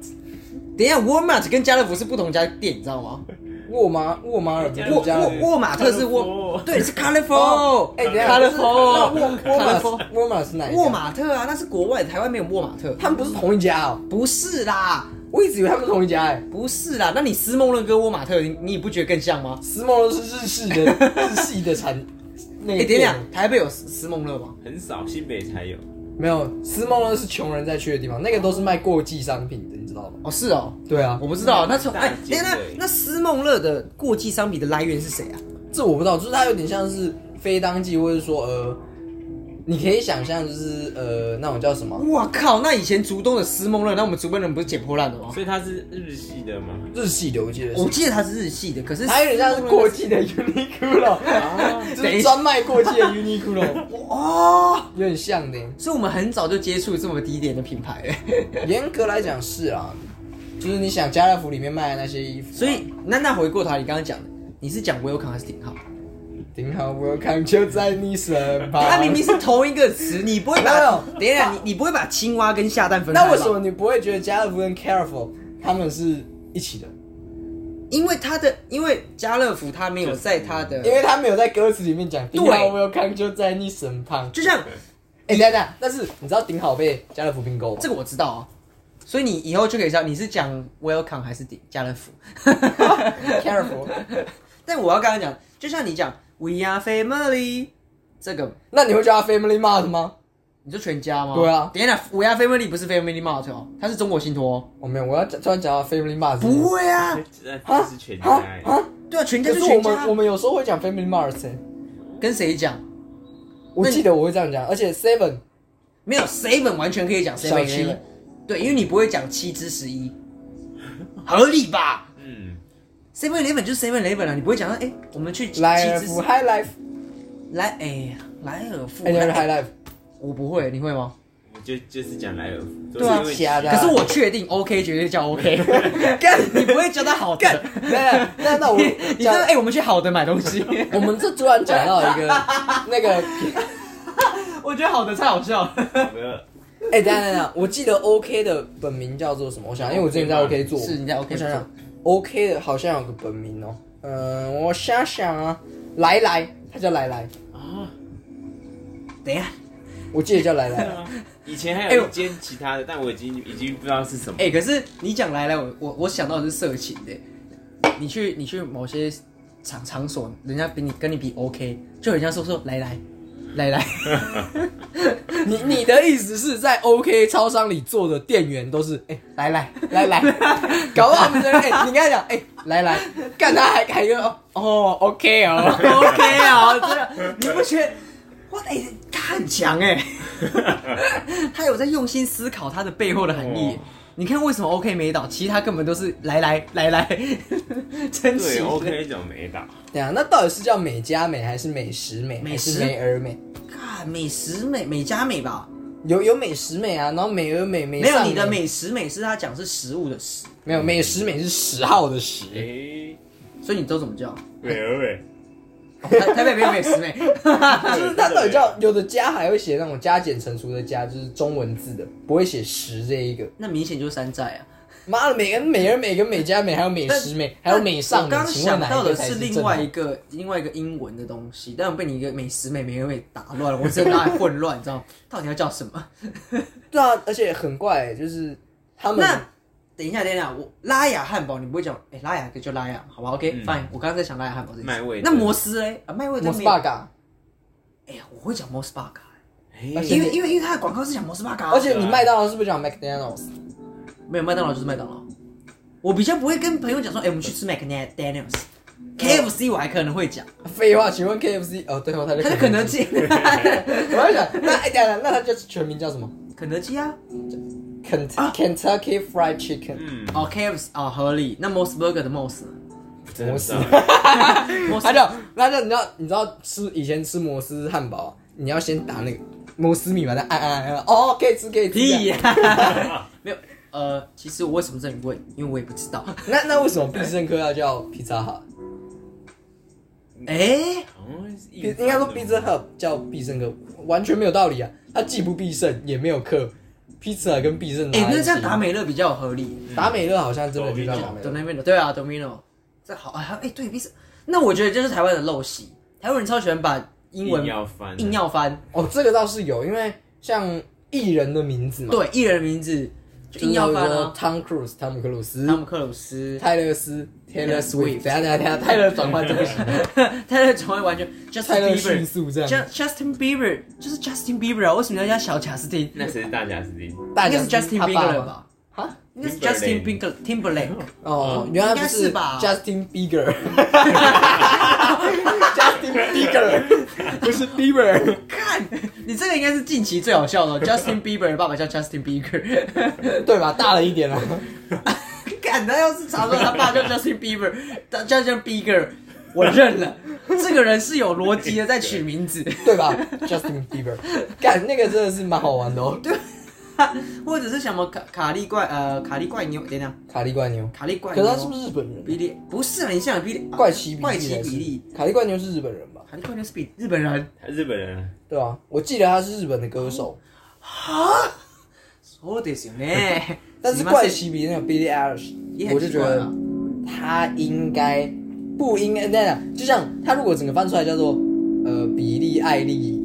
S3: 等一下，Walmart 跟家乐福是不同家店，你知道吗？
S4: 沃玛沃马尔不
S1: 家
S4: 是
S1: 乐
S3: 沃
S1: 福
S4: 家乐
S3: 沃
S4: 福。
S3: 沃马特是
S1: 家乐
S3: 沃
S1: 福，
S3: 对，
S4: *laughs*
S3: 是 Colorful。
S4: 哎，等一下，
S3: Colorful
S4: 可是那哎沃沃
S3: 家乐
S4: 马
S3: 福
S4: 沃马是哪一家？
S3: 沃马特啊，那是国外的，台湾没有沃马特。
S4: 他们不是同一家哦，
S3: 不是啦，
S4: 我一直以为他们是同一家哎。
S3: 不是啦，那你思梦论跟沃马特，你你也不觉得更像吗？
S4: 思梦都是日式的日系的产，那
S3: *laughs* 哎、
S4: 个
S3: 等一
S4: 店
S3: 下，台北有思思梦乐吗？
S1: 很少，新北才有。
S4: 没有思梦都是穷人在去的地方，那个都是卖过季商品的，你知道吗？
S3: 哦，是哦，
S4: 对啊，
S3: 我不知道。那从
S1: 大
S3: 哎，等一
S1: 间
S3: 下，那
S1: 对
S3: 那思梦乐的过季商品的来源是谁啊？
S4: 这我不知道，就是它有点像是非当季，或者说呃，你可以想象就是呃那种叫什么
S3: 哇靠！那以前竹东的思梦乐，那我们竹东人不是捡破烂的吗？
S1: 所以它是日系的嘛？
S4: 日系的，我记得
S3: 我
S4: 是，
S3: 记得它是日系的，可是啊
S4: 还有点像是国际
S3: *laughs*
S4: 的
S3: 等
S4: Uniqlo，就啊是
S3: 一下
S4: 专卖过季的 Uniqlo，
S3: 哦，
S4: 有点像的。
S3: 所以我们很早就接触这么低廉的品
S4: *laughs*
S3: 牌，
S4: 严格来讲是啊，就是你想家乐福里面卖的那些衣服啊，
S3: 所以那那回过头来，你刚刚讲的，你是讲 Welcome 还是挺好？
S4: 顶好 Welcome 就在你身
S3: *laughs*
S4: 旁。
S3: 它明明是同一个词，你不会把
S4: 啊 *laughs* 没有
S3: 等一下，你你不会把青蛙跟下蛋分开吧
S4: 那为什么？你不会觉得家乐福跟 Careful 他们是一起的？
S3: 因为它的，因为家乐福它没有在它的，
S4: 因为他没有在歌词里面讲“顶
S3: 对
S4: 好 Welcome 就在你身旁”，
S3: 就像
S4: 哎、等一下等一下，但是你知道顶好被家乐福并购吗？
S3: 这个我知道啊，所以你以后就可以知道你是讲 Welcome 还是顶家乐
S4: *laughs*
S3: 福。
S4: careful。
S3: 但我要刚刚讲，就像你讲 We are family 这个，
S4: 那你会叫他 Family Mart 吗？
S3: 你说全家吗？
S4: 对啊
S3: 等一下，We are family 不是 Family Mart 哦，它是中国信托、哦。
S4: 我、没有，我要讲突然讲到 Family Mart 是
S3: 不
S4: 是。
S3: 会啊，
S1: 那这是全家、欸。
S3: 对啊，全家
S4: 可
S3: 就是
S4: 我
S3: 全家
S4: 们我。们有时候会讲 Family Mart，欸、
S3: 跟谁讲？
S4: 我
S3: 那你
S4: 记得我会这样讲，而且 Seven
S3: 没有 seven 完全可以讲
S4: 小
S3: seven
S4: 七
S3: eleven，对，因为你不会讲七之十一，合理吧
S1: 嗯，
S3: ？seven eleven 就是 seven eleven 啊，你不会讲到哎、我们去七
S4: 莱尔
S3: 之
S4: 夫
S3: 十
S4: ，High Life，
S3: 来哎、莱尔夫，
S4: 哎，你们
S3: 莱
S4: High Life，
S3: 我不会，你会吗？
S1: 我就就是讲莱尔夫，
S4: 对啊
S1: 都是因为
S4: 假的
S3: 可是我确定 OK 绝对叫
S4: *laughs*
S3: OK，干你不会叫他好的，
S4: 那那那我
S3: 你 *laughs* 你知道
S4: 讲
S3: 哎、我们去好的买东 *laughs* 西，
S4: 我们这突然讲到一个那个，
S3: 我觉得好的太好笑了。
S1: 没有
S4: *laughs* 哎、等一下等一下，我记得 OK 的本名叫做什么？我想，因为我之前在 OK 做，
S3: 是你在 OK
S4: 我
S3: 做
S4: 想想，OK 的好像有个本名哦，嗯，我想想啊，来来，他叫来来，
S3: *laughs* 等一下，
S4: 我记得叫
S3: *laughs*
S4: 来来，
S1: 以前还
S3: 哎
S1: 有
S3: 我
S1: 一间其他的，但我已经已经不知道是什么。
S3: 哎、可是你讲来来，我我我想到的是色情的、你去你去某些场场所，人家比你跟你比 OK，就人家说说来来来 *laughs* 来，
S4: 你你的意思是在 OK 超商里做的店员都是哎、
S3: 来来，
S4: 来
S3: *laughs*
S4: 来，搞不好我们这边哎、你跟他讲哎、来来，干他还还一个哦哦 OK 哦
S3: OK 啊，真的， *laughs* 你不觉得？哇，哎、他很强哎、 *laughs* 他有在用心思考他的背后的含义、
S1: 哦
S3: 你看为什么 OK 没倒，其实他根本都是来来来来， *laughs* 真
S1: 对 *laughs*
S3: 奇
S1: ，OK 怎么没 *laughs* 打？
S4: 对啊，那到底是叫美加美还是美食美
S3: 美
S4: 还是
S3: 食
S4: 美而美？
S3: 看美食美美加美吧，
S4: 有有美食美啊，然后美而美美
S3: 没有
S4: 上
S3: 你的美食美是他讲是食物的食，
S4: 没有美食美是十号的
S1: 哎、
S4: 十，
S3: 所以你都怎么叫？哦
S1: 美而美，
S3: 台台北没有美食美，*laughs*
S4: *laughs* 就是它到底叫有的加还会写那种加减乘除的加，就是中文字的，不会写十这一个。
S3: 那明显就是山寨啊。
S4: 妈的，美跟美而美跟美加美还有美食美还有美
S3: 我
S4: 上美，
S3: 刚
S4: 请问
S3: 想
S4: 哪
S3: 到
S4: 一个
S3: 的
S4: 才
S3: 是
S4: 正
S3: 另外一
S4: 统？
S3: 个另外一个英文的东西，但我被你一个美食美美美打乱了，我真的很混乱，你知道吗？到底要叫什
S4: *laughs*
S3: 么？
S4: 对啊，而且很怪、就是他们
S3: 那等一下，等一下，我拉雅汉堡你不会讲，哎、拉雅就叫拉雅，好吧？OK，fine、
S1: 嗯
S3: fine，我刚刚在想拉雅汉堡这件事
S1: 麦味
S3: 那摩斯嘞？啊，麦味
S4: 摩
S3: 跟
S4: 斯
S3: 没
S4: 巴
S3: 有。
S4: 嘎，
S3: 哎呀，我会讲摩斯巴嘎，
S1: 哎、
S4: 而且
S3: 因为因为因为它的广告是讲摩啊斯巴嘎，
S4: 而且你麦当劳是不是讲 McDonald's？
S3: 没有麦当劳就是麦当劳。我比较不会跟朋友讲说，哎、我们去吃 McDaniel's。KFC 我还可能会讲，
S4: 废话，请问 KFC 哦，对哦，他就
S3: 他的肯德
S4: 基。
S3: 基，
S4: 我在想，那哎等一下那他就是全名叫什么
S3: *laughs* 肯德基啊，
S4: ？Kent- Kentucky Fried Chicken。
S1: 嗯，
S3: 哦 KFC 哦合理。那 Mos Burger 的 Mos 呢
S1: 真的不知道
S4: 摩
S3: 摩斯
S4: 他就他就你知道你知道吃以前吃摩斯汉堡，你要先打那个摩斯密码，再按按按，按哦，可以吃可以吃。
S3: 屁 *laughs*
S4: 这样
S3: 呀，没有。呃，其实我为什么这里问？因为我也不知道。
S4: 那那为什么必
S3: *laughs*
S4: 胜客要叫披萨哈？
S3: 哎、
S1: 好像是
S4: 必
S1: 印
S4: 应该说
S1: 度的
S4: Pizza Hut 叫必胜客，完全没有道理啊！它既不必胜，也没有客。Pizza 跟必胜拿
S3: 哎、
S4: 来
S3: 那这样
S4: 吃
S3: 达美乐比较合理。
S4: 嗯达美乐好像真的就叫达美乐。
S3: Domino 对啊，Domino 这好啊，哎、对，必是。那我觉得这是台湾的陋习，台湾人超喜欢把英文
S1: 硬要翻，啊
S3: 硬要翻，
S4: 哦，这个倒是有，因为像艺人的名字嘛，
S3: 对艺人的名字就
S4: 就是
S3: 硬要翻
S4: 说
S3: 啊，
S4: ，Tom Cruise 汤姆克鲁斯
S3: 汤，姆克鲁斯， *laughs*
S4: 泰勒斯 Taylor
S3: Taylor
S4: Swift，
S3: Swift
S4: 等一下等一下等一下，泰勒转换这
S3: *laughs*
S4: 个行。
S3: 他的成为完全 Justin
S4: 泰勒迅
S3: Bieber。
S4: 速这
S3: Ju-
S4: 样，
S3: Justin Bieber 就是 Justin Bieber 啊，为什么要叫小贾斯汀？
S1: 那谁是大贾斯
S3: *laughs*
S1: 汀？
S4: 大
S3: 应
S4: 家
S3: 该是 Justin
S4: 他爸
S3: Bieber
S4: 爸？
S3: 吧？
S4: 哈？
S3: 应该是 Justin Bieber Timberlake。
S4: 哦，原来不
S3: 应该是
S4: 是
S3: 吧
S4: Justin *laughs* Bieber，Justin Bieber 不是 Bieber，
S3: 看， *laughs* 你这个应该是近期最好笑的哦，Justin Bieber 的爸爸叫 Justin Bieber。 *laughs*
S4: 对吧？大了一点了。啊
S3: 看，他要是查出他爸叫 Justin Bieber，他叫 Justin Bieber，我认了。这个人是有逻辑的在取名字， *laughs*
S4: 对吧？Justin Bieber，干那个真的是蛮好玩的哦。对，
S3: 或者是什么卡卡利怪呃卡利怪牛，等等，
S4: 卡利怪牛，
S3: 卡利怪
S4: 可
S3: 牛。
S4: 是他是不是日本人？
S3: 比利？不是啊，你想想比利啊
S4: 怪奇比
S3: 怪
S4: 利
S3: 奇
S4: 才是
S3: 比利，，
S4: 卡利怪牛是日本人吧？
S3: 卡利怪牛是比日本人。
S1: 他日本人啊，
S3: *laughs*
S4: 对吧？我记得他是日本的歌手，
S3: そうですよね。
S4: *laughs* 但是怪奇比那个 Billie Eilish，
S3: 也
S4: 我
S3: 很
S4: 就
S3: 奇
S4: 觉
S3: 怪啊
S4: 得他应该不应该那样，就像他如果整个翻出来叫做呃比利艾利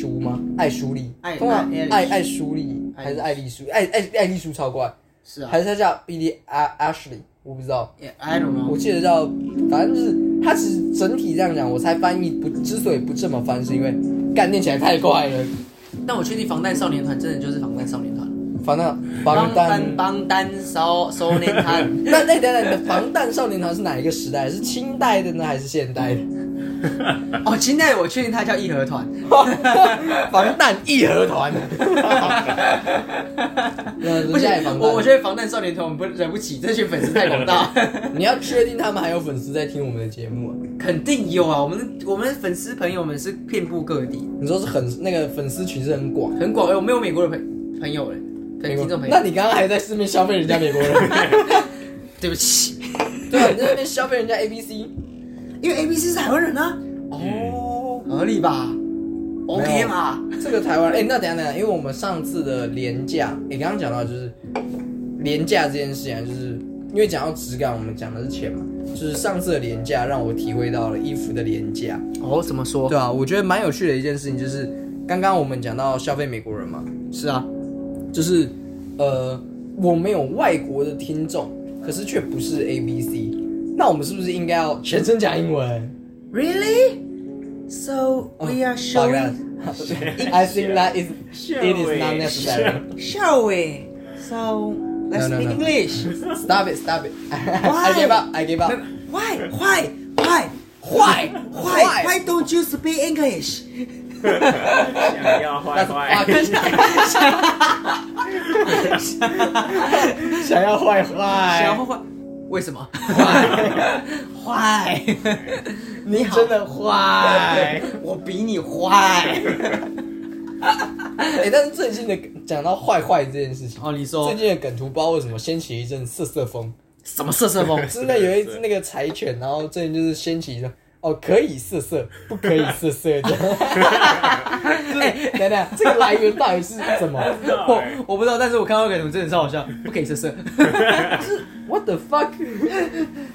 S4: 舒吗？艾舒利
S3: 艾，
S4: 通常
S3: 艾
S4: 艾
S3: 艾
S4: 艾舒利
S3: 艾
S4: 还是艾丽舒？艾艾艾丽舒超怪，
S3: 是啊
S4: 还是他叫 Billie A- Ashley？我不知道，
S3: Yeah, I don't
S4: 我
S3: know。
S4: 记得叫，反正就是他其实整体这样讲，我才翻译不之所以不这么翻，是因为干念起来太怪了。嗯
S3: 但我确定防弹少年团真的就是防弹少年团。
S4: 防弹防弹
S3: 防弹少少年团。
S4: *laughs* 那那等等，你的防弹少年团是哪一个时代？是清代的呢，还是现代的？
S3: 哦，现在我确定它叫义和团。
S4: *laughs* 防弹义和团。 *laughs* 那
S3: 不
S4: 人
S3: 行
S4: 家也，防弹，
S3: 我我觉得防弹少年团我们不惹不起，这群粉丝太广
S4: *laughs*
S3: 大，
S4: 你要确定他们还有粉丝在听我们的节目啊？
S3: 肯定有啊。我们我们粉丝朋友们是遍布各地，
S4: 你说是很那个粉丝群是很广，
S3: 很广。哎，我们有美国的朋朋友嘞，朋听众朋友。
S4: 那你刚刚还在四面消费人家美国人，
S3: 对不起，
S4: *laughs* 对啊，你在那边消费人家 A B C，
S3: 因为 A B C 是台湾人啊，
S4: 哦，
S3: 合理吧？OK 吧？
S4: 这个台湾，哎、那等一下等一下，因为我们上次的廉价，你刚刚讲到就是廉价这件事情啊，就是因为讲到质感，我们讲的是钱嘛，就是上次的廉价让我体会到了衣服的廉价。
S3: 哦，怎么说？
S4: 对啊，我觉得蛮有趣的一件事情就是，刚刚我们讲到消费美国人嘛，
S3: 是啊，
S4: 就是呃，我们有外国的听众，可是却不是 A B C，那我们是不是应该要全程讲英文
S3: Really? So we are
S4: Fuck
S3: showing,
S4: that. I think that is it is not necessary.
S3: shall we? So let's
S4: No, no,
S3: speak
S4: no.
S3: English. *laughs*
S4: Stop it, stop it. *laughs* I give up, I give up.
S3: Why? Why? Why?
S4: Why?
S3: Why? Why don't you speak English?
S1: 想要坏
S3: 啊
S1: 坏，
S4: *laughs* 想要坏坏，
S3: 想要坏？为什么？ *laughs* 坏？坏？你好
S4: 真的坏。
S3: 我比你坏。
S4: *laughs* 哎、但是最近的讲到坏坏这件事情，
S3: 哦，你
S4: 最
S3: 说
S4: 近的梗图包为什么掀起一阵瑟瑟风？
S3: 什么色色 *laughs* 风？
S4: 真的有一只那个柴犬，然后最近就是掀起一个哦，可以色色，不可以色色这样。就是等等，这个来源到底是什么
S3: 哎我我不知道，但是我看到梗图真的超好笑，不可以色色。 *laughs*
S4: ？What the fuck？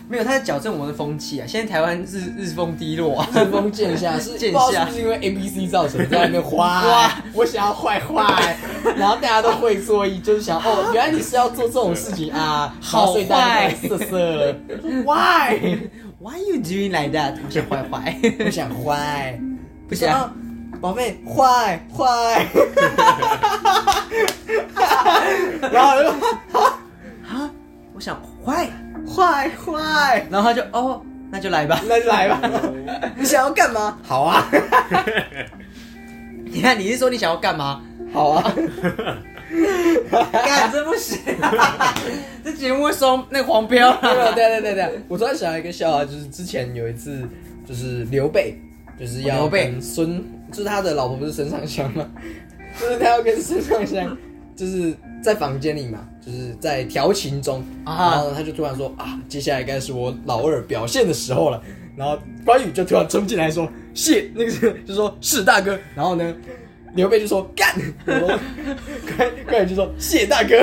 S3: 没有，他在矫正我们的风气啊！现在台湾日日风低落啊，
S4: 针锋见 *laughs* 下是
S3: 见
S4: 不知道
S3: 下
S4: 是不是因为 A B C 造成，在那边坏，我想要坏 *laughs* 坏，然后大家都会做一，就是想哦，原来你是要做这种事情啊，
S3: 好
S4: 所以大家
S3: 坏
S4: 就色色了，Why？ *laughs*
S3: Why you doing like that？我想坏 *laughs* 坏，
S4: 我想坏，
S3: 不
S4: 想
S3: 行啊，
S4: 要宝贝坏 *laughs* 坏，然后就
S3: 啊我想坏，
S4: 坏坏，
S3: 然后他就哦，那就来吧。 *laughs*
S4: 那就来吧，你想要干嘛？好啊，
S3: 你看，你是说你想要干嘛？
S4: 好啊，
S3: *laughs* 干，这不行、这节目会收那个黄标 *laughs*
S4: 没有，
S3: 了。
S4: 对对对对，我突然想到一个笑话，就是之前有一次，就是刘备，就是要
S3: 哦刘备
S4: 跟孙，就是他的老婆不是孙尚香吗？ *laughs* 就是他要跟孙尚香，就是在房间里嘛，就是在调情中，
S3: 啊
S4: 然后他就突然说啊，接下来该是我老二表现的时候了。然后关羽就突然冲进来说：“谢那个是就说是大哥。”然后呢，刘备就说：“干！”然后关关羽就说：“谢大哥。”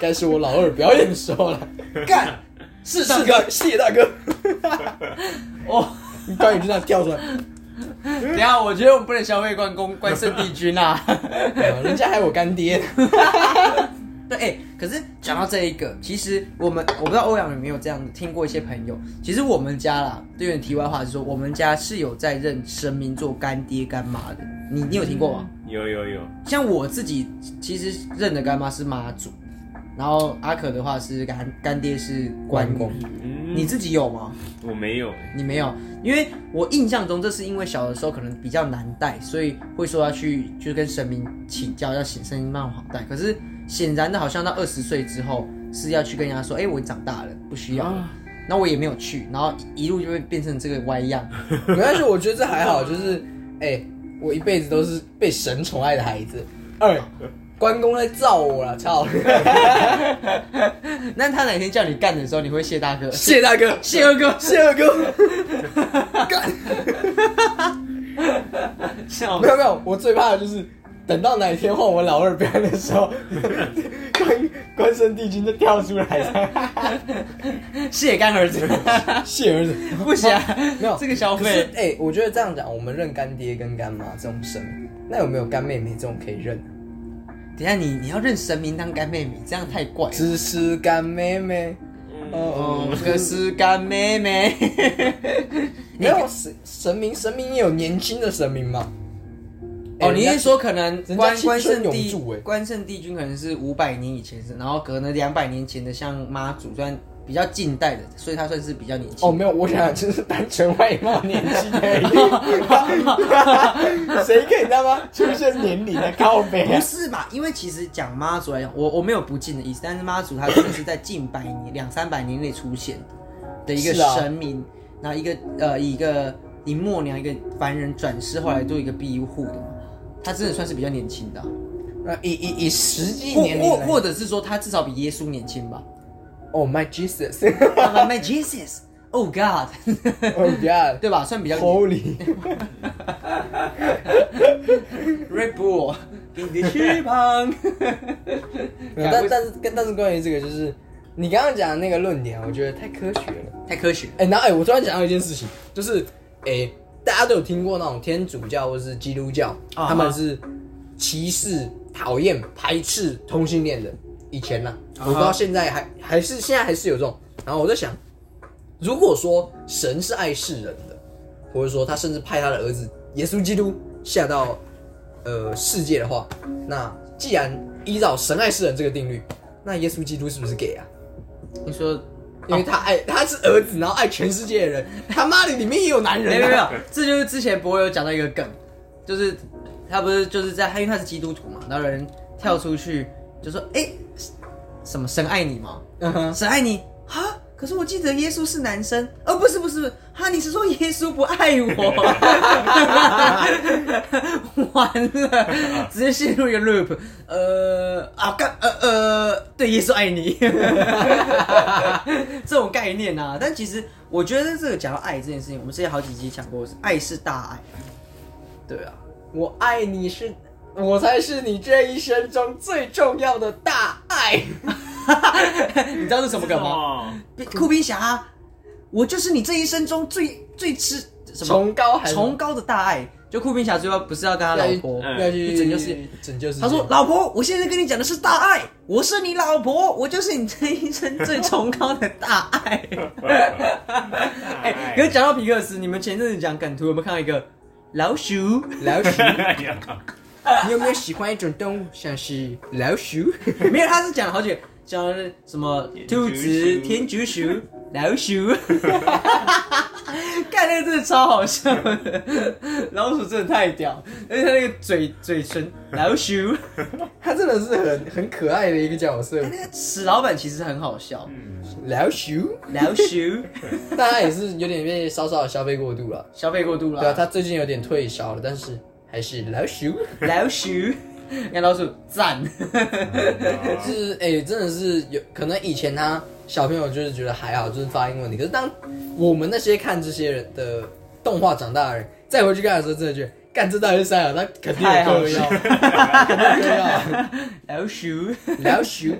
S4: 该是我老二表演的时候了。干，是是的，谢大哥。
S3: 哦，
S4: 关羽就这样跳出来，
S3: 等一下，我觉得我们不能消费关公、关圣帝君啊。
S4: 呃人家还有我干爹。
S3: *laughs* 对，哎、可是讲到这一个，其实我们我不知道欧阳有没有这样听过一些朋友，其实我们家啦，有点题外话是说，我们家是有在认神明做干爹干妈的。你你有听过吗？
S1: *laughs* 有有有，
S3: 像我自己其实认的干妈是妈祖，然后阿可的话是干干爹是关公
S4: 关。
S1: 嗯，
S3: 你自己有吗？
S1: 我没有欸，
S3: 你没有，因为我印象中这是因为小的时候可能比较难带，所以会说要去就是跟神明请教，要显神明帮我好带。可是显然的，好像到二十岁之后是要去跟人家说，哎、我长大了，不需要
S4: 啊
S3: 了。那、我也没有去，然后一路就会变成这个歪样。
S4: *laughs* 没关系，我觉得这还好，就是哎、我一辈子都是被神宠爱的孩子。二，关公在造我了，
S3: *laughs*
S4: 操！
S3: 那他哪天叫你干的时候，你会谢大
S4: *laughs*
S3: 哥，
S4: 谢大哥，
S3: 谢二哥，
S4: 谢二哥。
S3: 笑
S4: 没有没有，我最怕的就是等到哪一天换我老二表演的时候， *laughs* 关关圣帝君就跳出来，
S3: 谢干儿
S4: *laughs*
S3: 子，
S4: 谢
S3: *laughs*
S4: 儿子。
S3: 不行啊、
S4: 没有
S3: 这个消
S4: 可是
S3: 费，
S4: 哎、我觉得这样讲，我们认干爹跟干妈这种神明，那有没有干妹妹这种可以认？
S3: 等一下你你要认神明当干妹妹，这样太怪了。
S4: 只是干妹妹，哦
S3: 哦，
S4: 哦，
S3: 这是干妹
S4: *laughs*
S3: 妹。
S4: 没有神神明，神明也有年轻的神明嘛。
S3: 哦，
S4: 哎
S3: 你
S4: 人
S3: 是
S4: 家
S3: 说可能
S4: 人家
S3: 关
S4: 青
S3: 关
S4: 春
S3: 圣
S4: 永
S3: 帝
S4: 驻欸
S3: 关圣帝君可能是五百年以前是，然后可能两百年前的像妈祖，虽然比较近代的，所以他算是比较年轻。
S4: 哦，没有，我想就是单纯外貌年纪而已， *laughs* 谁可以知道吗？出生年龄的靠背
S3: 不
S4: 啊，
S3: 是吧？因为其实讲妈祖来讲，我我没有不敬的意思，但是妈祖它真的是在近百年、两三百年内出现的一个
S4: 是啊
S3: 神明，然后一个呃以一个以默娘一个凡人转世，后来做一个庇护的嘛，他真的算是比较年轻的啊、
S4: 那以以以实际
S3: 或
S4: 年龄
S3: 或
S4: 来
S3: 或者是说他至少比耶稣年轻 *laughs* 吧
S4: Oh my Jesus! *laughs*
S3: ？My my Jesus, Oh God， *laughs*
S4: Oh God!
S3: 对吧？算比较
S4: *laughs* Holy!
S3: Red *laughs* Bull，给你的翅膀。
S4: *laughs* 但但是但是关于这个就是你刚刚讲的那个论点啊，我觉得太科学了。
S3: 太科学了。
S4: 哎、然后哎、我突然想到一件事情，就是哎、大家都有听过那种天主教或是基督教，
S3: 啊
S4: 他们是歧视、讨厌、排斥同性恋的。以前呢、
S3: 啊
S4: 我不知道现在还还是现在还是有这种。然后我在想，如果说神是爱世人的，或者说他甚至派他的儿子耶稣基督下到呃世界的话，那既然依照神爱世人这个定律，那耶稣基督是不是 gay 啊？
S3: 你说
S4: 因为他爱、他是儿子，然后爱全世界的人，他妈的里面也有男人、
S3: 没
S4: 啊，
S3: 有没有，这就是之前博有讲到一个梗，就是他不是就是在他因为他是基督徒嘛，然后有人跳出去就说：“哎、什么神爱你吗？
S4: 嗯哼，
S3: 神爱你哈？可是我记得耶稣是男生，哦，不是不是，哈，你是说耶稣不爱我？ *laughs* 完了，直接陷入一个 loop。呃啊干呃呃，对，耶稣爱你， *laughs* 这种概念啊。但其实我觉得这个讲到爱这件事情，我们之前好几集讲过，爱是大爱。 *laughs* 对啊，
S4: 我爱你是，我才是你这一生中最重要的大爱。
S3: 你知道是什么梗
S1: *laughs*
S3: 吗？
S1: 哦，
S3: 酷冰侠，我就是你这一生中最最吃什么
S4: 崇高还是
S3: 崇高的大爱。就酷冰侠最后不是要跟他老婆，
S1: 嗯
S4: 要去
S3: 去拯救世界
S4: 拯救世界。
S3: 他说：“老婆，我现在跟你讲的是大爱，我是你老婆，我就是你这一生最崇高的大爱。 *laughs* *laughs* 哎，可是讲到皮克斯，你们前阵子讲梗图有没有看到一个老 *laughs* 鼠？
S4: 老鼠，
S1: 哎
S3: *laughs*
S1: 呀
S4: 你有没有喜欢一种动物，像是老鼠？ *laughs*
S3: 没有，他是讲了好久，讲了什么兔子、天
S1: 天
S3: 竺鼠、老鼠， *laughs* 看那个真的超好笑的，老鼠真的太屌，而且他那个嘴嘴唇，老鼠，
S4: 他真的是很很可爱的一个角色，
S3: 哎那个史老板其实很好笑，
S4: 老鼠。
S3: 老 *laughs* 鼠
S4: 但他也是有点被稍稍的消费过度了，
S3: 消费过度了，
S4: 对啊，他最近有点退烧了，但是还是老鼠。
S3: 老鼠，看老鼠赞， *laughs*
S4: 就是哎、真的是有可能以前他小朋友就是觉得还好，就是发音问题。可是当我们那些看这些人的动画长大的人，再回去看的时候，真的觉得干这到底是啥呀？他肯定
S3: 太好
S4: 有嗑
S3: 笑
S4: 药，肯定有嗑药。
S3: 老鼠，
S4: 老鼠，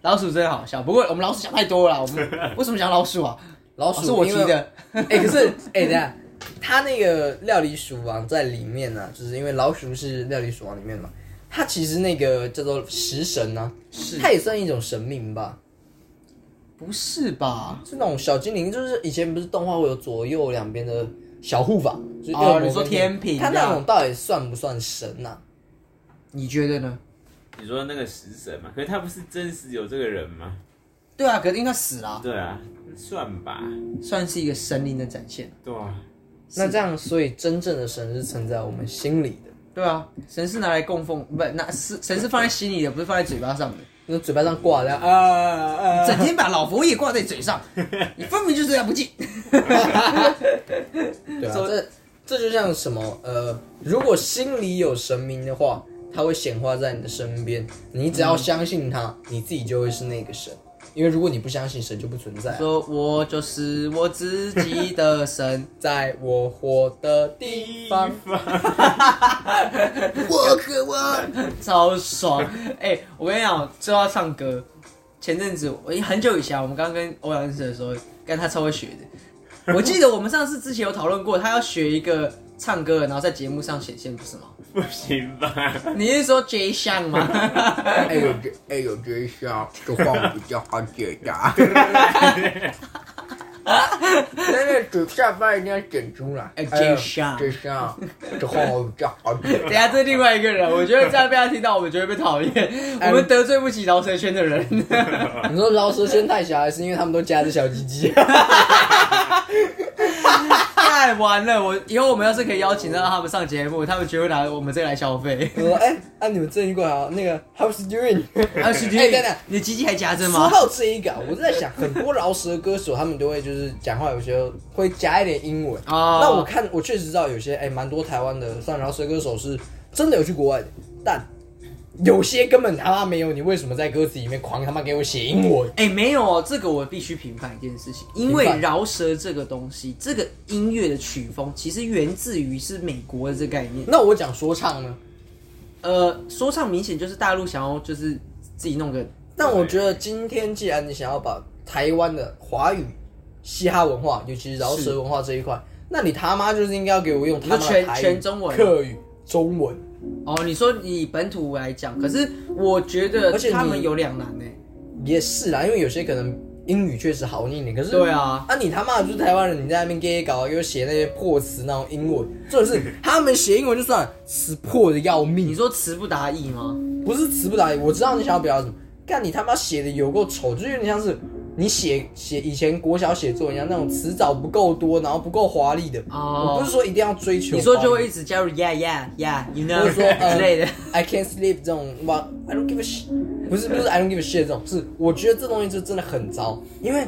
S3: 老鼠真的好笑，不过我们老鼠想太多了，我们 *laughs* 为什么讲老鼠啊？
S4: 老
S3: 哦
S4: 鼠
S3: 是我提。
S4: 因为
S3: 的，
S4: 哎、可是哎、等一下，他那个料理鼠王在里面呢、就是因为老鼠是料理鼠王里面嘛，他其实那个叫做食神呢、
S3: 是
S4: 它也算一种神明吧。
S3: 不是吧？
S4: 是那种小精灵，就是以前不是动画会有左右两边的小护法，就是
S3: 哦
S4: 恶魔跟
S3: 你说天平
S4: 他
S3: 这样
S4: 那种到底算不算神啊呐、
S3: 你觉得呢？
S1: 你说那个食神嘛，可是他不是真实有这个人吗？
S3: 对啊，可是因为他死了啊、
S1: 对啊，算吧，
S3: 算是一个神灵的展现。
S1: 对啊，
S4: 那这样，所以真正的神是存在我们心里的，
S3: 对啊，神是拿来供奉，不拿是神是放在心里的，不是放在嘴巴 *laughs* 上的。
S4: 那嘴巴上挂的啊啊
S3: 整天把老佛爷挂在嘴上，你分明就是对他不敬。
S4: 对啊，这这就像什么呃，如果心里有神明的话，他会显化在你的身边，你只要相信他，你自己就会是那个神。因为如果你不相信神就不存在啊、
S3: 说我就是我自己的神，
S4: 在我活的地方，我渴望。
S3: *laughs* 超爽。哎、我跟你讲，说到唱歌，前阵子我很久以前啊，我们刚跟欧阳认识的时候，跟他超会学的。我记得我们上次之前有讨论过，他要学一个唱歌的，然后在节目上显现，不
S4: *laughs*
S3: 是吗？
S1: *laughs* 不行吧？
S3: 你是说 J 项吗？
S4: 哎呦这啊 *laughs* 哎呦这一下，这话我比较好解答。那个嘴下巴一定要剪出来，
S3: 哎
S4: 哎呀
S3: 真香
S4: 真香，这好讲好讲。
S3: 等一下，这是另外一个人，我觉得这样被他听到，我们就会被讨厌。
S4: 哎
S3: 我们得罪不起饶舌圈的人。
S4: *laughs* 你说饶舌圈太小，还是因为他们都夹着小鸡鸡？啊
S3: 太完了！我以后我们要是可以邀请到他们上节目，他们绝对拿我们这个来消费。
S4: *laughs* 我说哎，那、你们最近过来啊？那个 How's doing？
S3: 还有徐
S4: 哎
S3: 君
S4: 等等，
S3: 你的鸡鸡还夹着
S4: 说
S3: 吗？
S4: 到这一个啊，我是在想，很多饶舌歌手他们都会就是讲话有时候会夹一点英文。
S3: 哦
S4: 那我看我确实知道有些哎，蛮、多台湾的算饶舌歌手是真的有去国外的，但有些根本他妈没有。你为什么在歌词里面狂他妈给我写英文？
S3: 哎、没有哦，这个我必须评判一件事情，因为
S4: 评判
S3: 饶舌这个东西，这个音乐的曲风其实源自于是美国的这概念。
S4: 那我讲说唱呢？
S3: 呃，说唱明显就是大陆想要就是自己弄个，
S4: 但我觉得今天既然你想要把台湾的华语嘻哈文化，尤其是饶舌文化这一块，那你他妈就是应该要给我用他妈的
S3: 全
S4: 台语
S3: 全中文
S4: 客语、中文。
S3: 哦，你说以本土来讲，可是我觉得
S4: 而且你
S3: 他们有两难呢、
S4: 也是啦，因为有些可能英语确实好一点，可是
S3: 对啊
S4: 啊你他妈的就是台湾人，你在那边 gay 搞，给我写那些破词那种英文，重点是他们写英文就算了词破的要
S3: 你
S4: 命，
S3: 说词不达意吗？
S4: 不是词不达意，我知道你想要表达什么，干你他妈写的有够丑，就是有点像是你写写以前国小写作文一样那种词藻不够多，然后不够华丽的，
S3: 哦
S4: 我不是说一定要追求华丽，
S3: 你说就会一直加入 yeah yeah yeah，you know
S4: *laughs* 或者说呃
S3: 之类的。
S4: I can't sleep 这种哇，I don't give a shit，不是不是 I don't give a shit 这种，是我觉得这东西就真的很糟，因为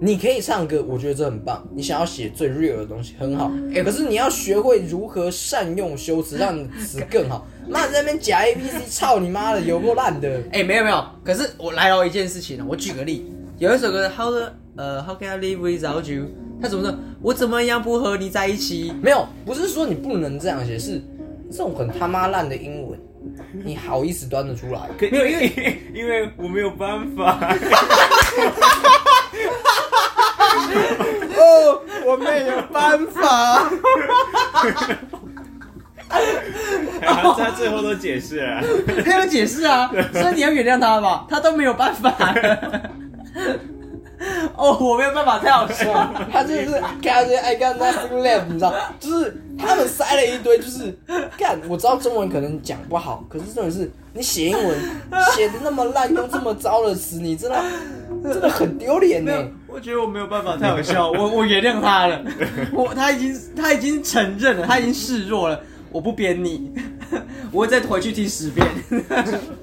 S4: 你可以唱歌，我觉得这很棒，你想要写最 real 的东西很好，可是你要学会如何善用修辞，让你的词更 *laughs* 好。妈，你在那边假 A B C，操你妈的，有够烂的！
S3: 哎、没有没有，可是我来哦了一件事情了，我举个例，有一首歌 How the 呃 How can I live without you？他怎么说？我怎么样不和你在一起？ *laughs*
S4: 没有，不是说你不能这样写，是这种很他妈烂的英文，你好意思端得出来？
S1: 没有，因为因为我没有办
S3: *laughs*
S1: 法。
S4: *laughs* 哦，我没有办法。
S1: 他他最后都解释了，
S3: 他有解释啊，所以你要原谅他吧，他都没有办法。 *laughs* 哦，我没有办法，太好笑了。
S4: *laughs* 他就是感觉 I got nothing left，你知道，就是他们塞了一堆，就是干。我知道中文可能讲不好，可是重点是你写英文
S3: *laughs*
S4: 写的那么烂，用这么糟的词，你真的真的很丢脸呢。
S3: 我觉得我没有办法，太好笑，啊我我原谅他了，我他已经他已经承认了，他已经示弱了，我不编你， *laughs* 我会再回去听十遍。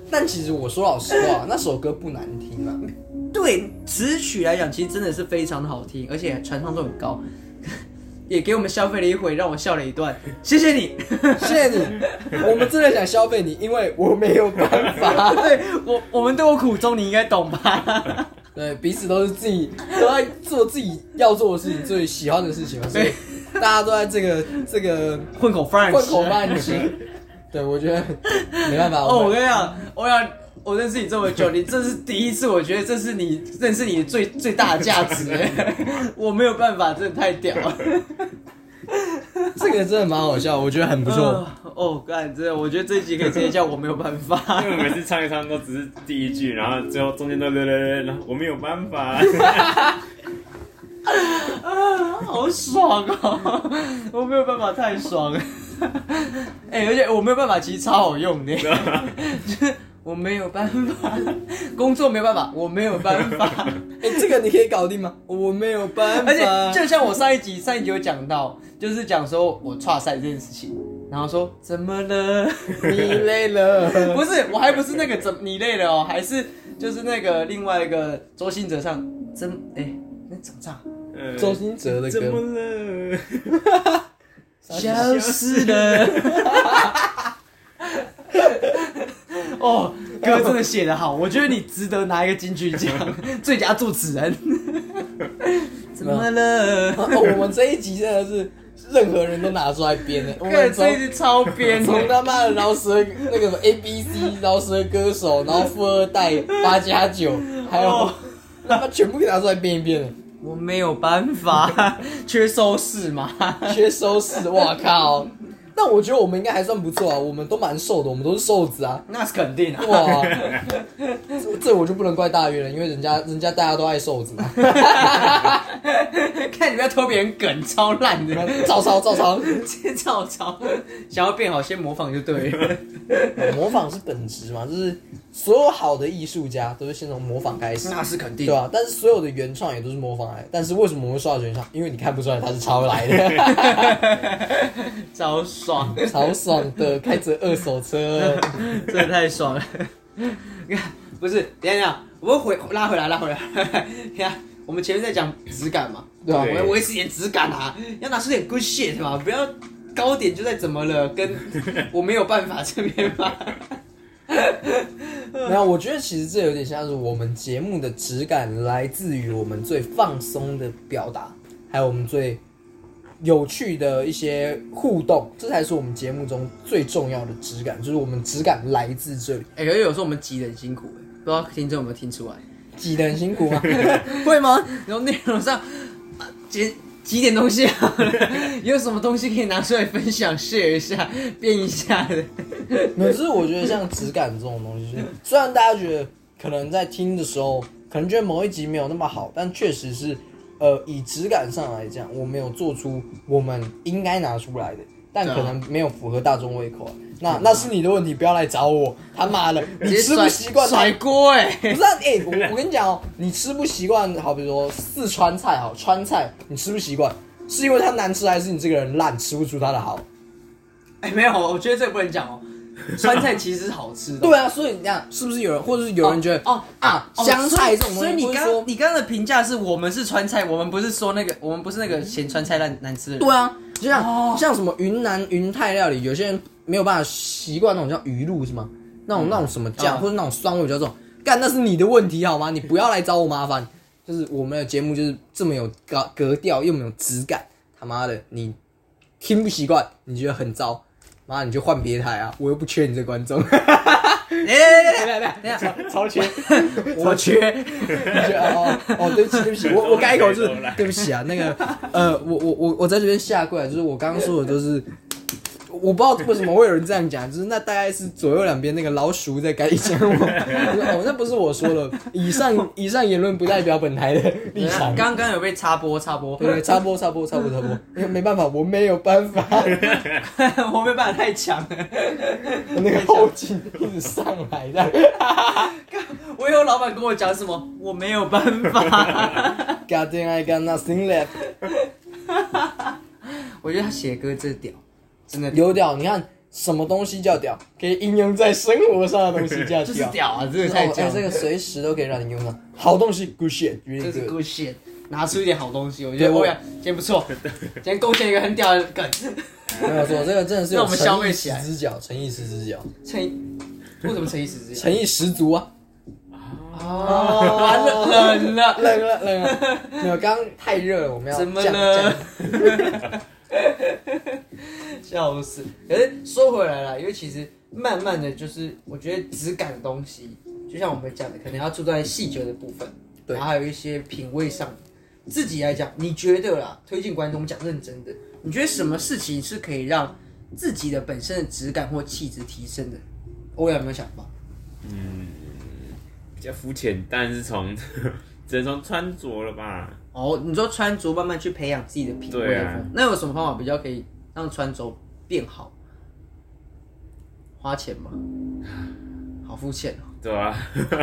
S4: 但其实我说老实话，那首歌不难
S3: *laughs*
S4: 听啊，
S3: 对词曲来讲，其实真的是非常的好听，而且传唱度很高， *laughs* 也给我们消费了一回，让我笑了一段，谢谢你。 *laughs*
S4: 谢谢你，我们真的想消费你，因为我没有办
S3: *laughs*
S4: 法。
S3: 对我，我们都有苦衷，你应该懂吧？
S4: 对，彼此都是自己都在做自己要做的事情，最喜欢的事情嘛，所以大家都在这个这个
S3: 混口饭吃，
S4: 混口饭吃。 *laughs* 对，我觉得没办法。
S3: 哦，我
S4: 们
S3: 跟你讲，我想我认识你这么久，你这是第一次，我觉得这是你认识你最最大的价值。 *laughs* 我没有办法，真的太屌了。
S4: 这个真的蛮好笑，我觉得很不错。
S3: 呃哦，干，真的，我觉得这一集可以直接叫我没有办
S4: *laughs*
S3: 法。
S1: 因为我每次唱一唱都只是第一句，然后最后中间都略略略，然后我没有办
S3: *laughs*
S1: 法。
S3: 好爽哦！ *laughs* 我没有办法，太爽 *laughs* 了。哎、而且我没有办法，其实超好用的，就是 *laughs* 我没有办法，工作没办法，我没有办法。
S4: 哎、这个你可以搞定吗？我没有办
S3: 嗯
S4: 法。
S3: 而且就像我上一集，上一集有讲到，就是讲说我跨赛这件事情，然后说怎么了？ *laughs*
S4: 你累了，
S3: 不是，我还不是那个怎你累了哦，还是就是那个另外一个周兴哲上真哎、那长啥？
S1: 呃
S4: 周兴哲的
S1: 怎么
S4: 歌。
S1: 了？
S3: 消失了。 *laughs* 哦，歌真的写得好，我觉得你值得拿一个金曲 *laughs* 奖最佳作词人。怎么了？
S4: 哦，我们这一集真的是任何人都拿出来编的。
S3: *laughs*
S4: 我
S3: 看
S4: 们
S3: 这一
S4: 从
S3: 集超编的，
S4: 从他妈的饶舌那个什么 A B C 饶舌歌手，然后富二代八加九，还有
S3: 哦
S4: 他妈全部给拿出来编一遍
S3: 我没有办法，缺收视嘛。
S4: 缺收视，哇靠！但我觉得我们应该还算不错啊，我们都蛮瘦的，我们都是瘦子啊。
S3: 那是肯定啊。
S4: 哇， *laughs* 这这我就不能怪大约了，因为人家人家大家都爱瘦子嘛。 *laughs*
S3: 看你不要偷别人梗，超烂的，
S4: 照抄照抄，
S3: 这照抄。想要变好，先模仿就对了。
S4: 模仿是本质嘛，就是所有好的艺术家都是先从模仿开始，
S3: 是肯
S4: 对
S3: 对
S4: 吧、
S3: 啊，
S4: 但是所有的原创也都是模仿来的，但是为什么我们会说到原创？因为你看不出来他是抄来的，
S3: *laughs* 超爽，
S4: 超爽的，开着二手车，
S3: *laughs* 真的太爽了。不是，等一下等一下，我们回拉回来，拉回来。 *laughs* 等一下，我们前面在讲质感嘛，
S4: 对吧、
S1: 对
S3: 我维持点质感啊，要拿出点 good shit 嘛，不要高点就在怎么了，跟 *laughs* 我没有办法这边嘛。
S4: 没有，我觉得其实这有点像是我们节目的质感来自于我们最放松的表达，还有我们最有趣的一些互动，这才是我们节目中最重要的质感，就是我们质感来自这里。
S3: *laughs* 哎、可是有时候我们急得很辛苦、欸不知道听众有没有听出来？
S4: 挤得很辛苦吗？
S3: *laughs* 会吗？然后内容上，啊几几点东西好了， *laughs* 有什么东西可以拿出来分享 share 一下，变一下的？
S4: 可是我觉得像质感这种东西，就是虽然大家觉得可能在听的时候，可能觉得某一集没有那么好，但确实是，呃，以质感上来讲，我们有做出我们应该拿出来的，但可能没有符合大众胃口啊、那那是你的问题，不要来找我。他妈的，你
S3: 直接
S4: 吃
S3: 甩
S4: 不习惯
S3: 甩
S4: 台，
S3: 锅哎、
S4: 不是、啊？哎、我我跟你讲哦，你吃不习惯，好比说四川菜好，川菜你吃不习惯，是因为它难吃，还是你这个人烂，吃不出它的好？
S3: 哎、没有，我觉得这个不能讲哦。川菜其实是好吃的。
S4: 对啊，所以你看，是不是有人，或者是有人觉得，
S3: 哦
S4: 啊香菜这种东西
S3: 所以你
S4: 不是
S3: 刚
S4: 说
S3: 你刚刚的评价是我们是川菜，我们不是说那个，我们不是那个嫌川菜烂难吃的人。
S4: 对啊，就像、
S3: 哦
S4: 像什么云南云泰料理，有些人没有办法习惯那种叫鱼露是吗？那种、那种什么
S3: 嗯
S4: 酱、或者那种酸味比较重，干那是你的问题好吗？你不要来找我麻烦。就是我们的节目就是这么有格格调，又没有质感，他妈的你听不习惯，你觉得很糟，妈你就换别台啊！我又不缺你这观众，
S3: 哎，等一下等一下，
S4: 超缺。
S3: *laughs* 我缺
S4: 你觉得哦哦，对不起对不起，我我改口就是对不起啊，那个呃，我我我我在这边下跪，啊就是我刚刚说的都是。我不知道为什么会有人这样讲，就是那大概是左右两边那个老鼠在改讲我，就是哦，那不是我说 *laughs* 的，以上 *laughs* 以上言论不代表本台的立
S3: *laughs*
S4: 场。
S3: 刚刚有被插播插播，
S4: 对对，插播插播插播插播，因为没办法，我没有办法， *laughs*
S3: 我没办法太强了。
S4: 我那个后劲一直上来的。
S3: 我有老板跟我讲什么，我没有办法。
S4: God damn, I got nothing left。
S3: 我觉得他写歌这屌，真的
S4: 有屌，你看什么东西叫屌？可以应用在生活上的东西叫
S3: 就是
S4: 屌。
S3: 屌啊，真的太屌
S4: 哎
S3: 了。
S4: 这个随时都可以让你用上。好东西，good shit，really
S3: 这是
S4: good。
S3: good shit，拿出一点好东西，我觉得
S4: 对我
S3: 欧阳今天不错，今天贡献一个很屌的梗，
S4: 没有错，这个真的是有
S3: 让我们消费
S4: 诚意
S3: 起
S4: 十
S3: 来
S4: 只脚，诚意十只脚，
S3: 乘以为什么乘以十 *laughs* 之一？
S4: 诚意十足啊！
S3: 哦，完了，冷了， *laughs*
S4: 冷了冷了，没有，刚刚太热了，我们要
S3: 怎么
S4: 降
S3: 了
S4: 降？
S3: *laughs* 笑死！可是说回来了，因为其实慢慢的就是，我觉得质感的东西，就像我们讲的，可能要注重在细节的部分，
S4: 对
S3: 然后还有一些品味上的。自己来讲，你觉得啦？推荐观众，我们讲认真的，你觉得什么事情是可以让自己的本身的质感或气质提升的？欧阳有没有想法？
S1: 嗯比较肤浅，但是从 *laughs* 只能从穿着了吧，
S3: 哦，你说穿着慢慢去培养自己的品味
S1: 对
S3: 的
S1: 啊
S3: 风格，那有什么方法比较可以让穿着变好？花
S4: *sighs*
S3: 钱吗？好肤浅哦，
S1: 对吧、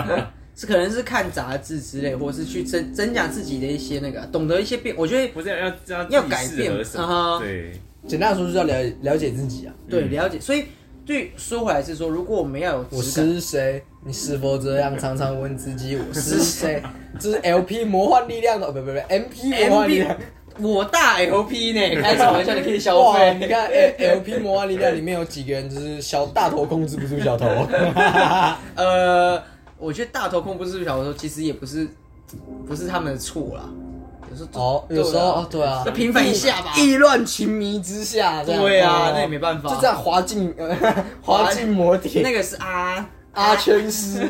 S3: *laughs* 是可能是看杂志之类，或是去增增加自己的一些那个，懂得一些变。我觉得
S1: 不是要要知道自己
S3: 要改
S1: 适合什
S3: 变啊
S1: 么，
S3: 哈
S1: 对，
S4: 简单来说就是要了了解自己啊，
S3: 对了解，所以对说回来是说，如果我们要有
S4: 我
S3: 质感，
S4: 是谁？你是否这样常常问自己我是
S3: *laughs*
S4: 谁？这是 LP 魔幻力量的，哦不不不，MP 魔幻力量。
S3: 哎我大 LP 呢，
S4: *laughs*
S3: 开什么玩笑？你可以消
S4: 哇，
S3: 费，
S4: 你看哎 L P 魔幻力量里面有几个人就是小大头控制不住
S3: *laughs*
S4: 小头，
S3: 呃，我觉得大头控不是小说，其实也不是不是他们的错啦，有时候
S4: 哦，有时候哦，对啊
S3: 要，平反一下吧。
S4: 意乱情迷之下，这样
S3: 对啊
S4: 哦
S3: 那也没办法
S4: 就这样滑进 *laughs* 呃滑进摩天
S3: 那个是啊，
S4: *laughs* 阿
S3: *laughs*
S4: 圈师、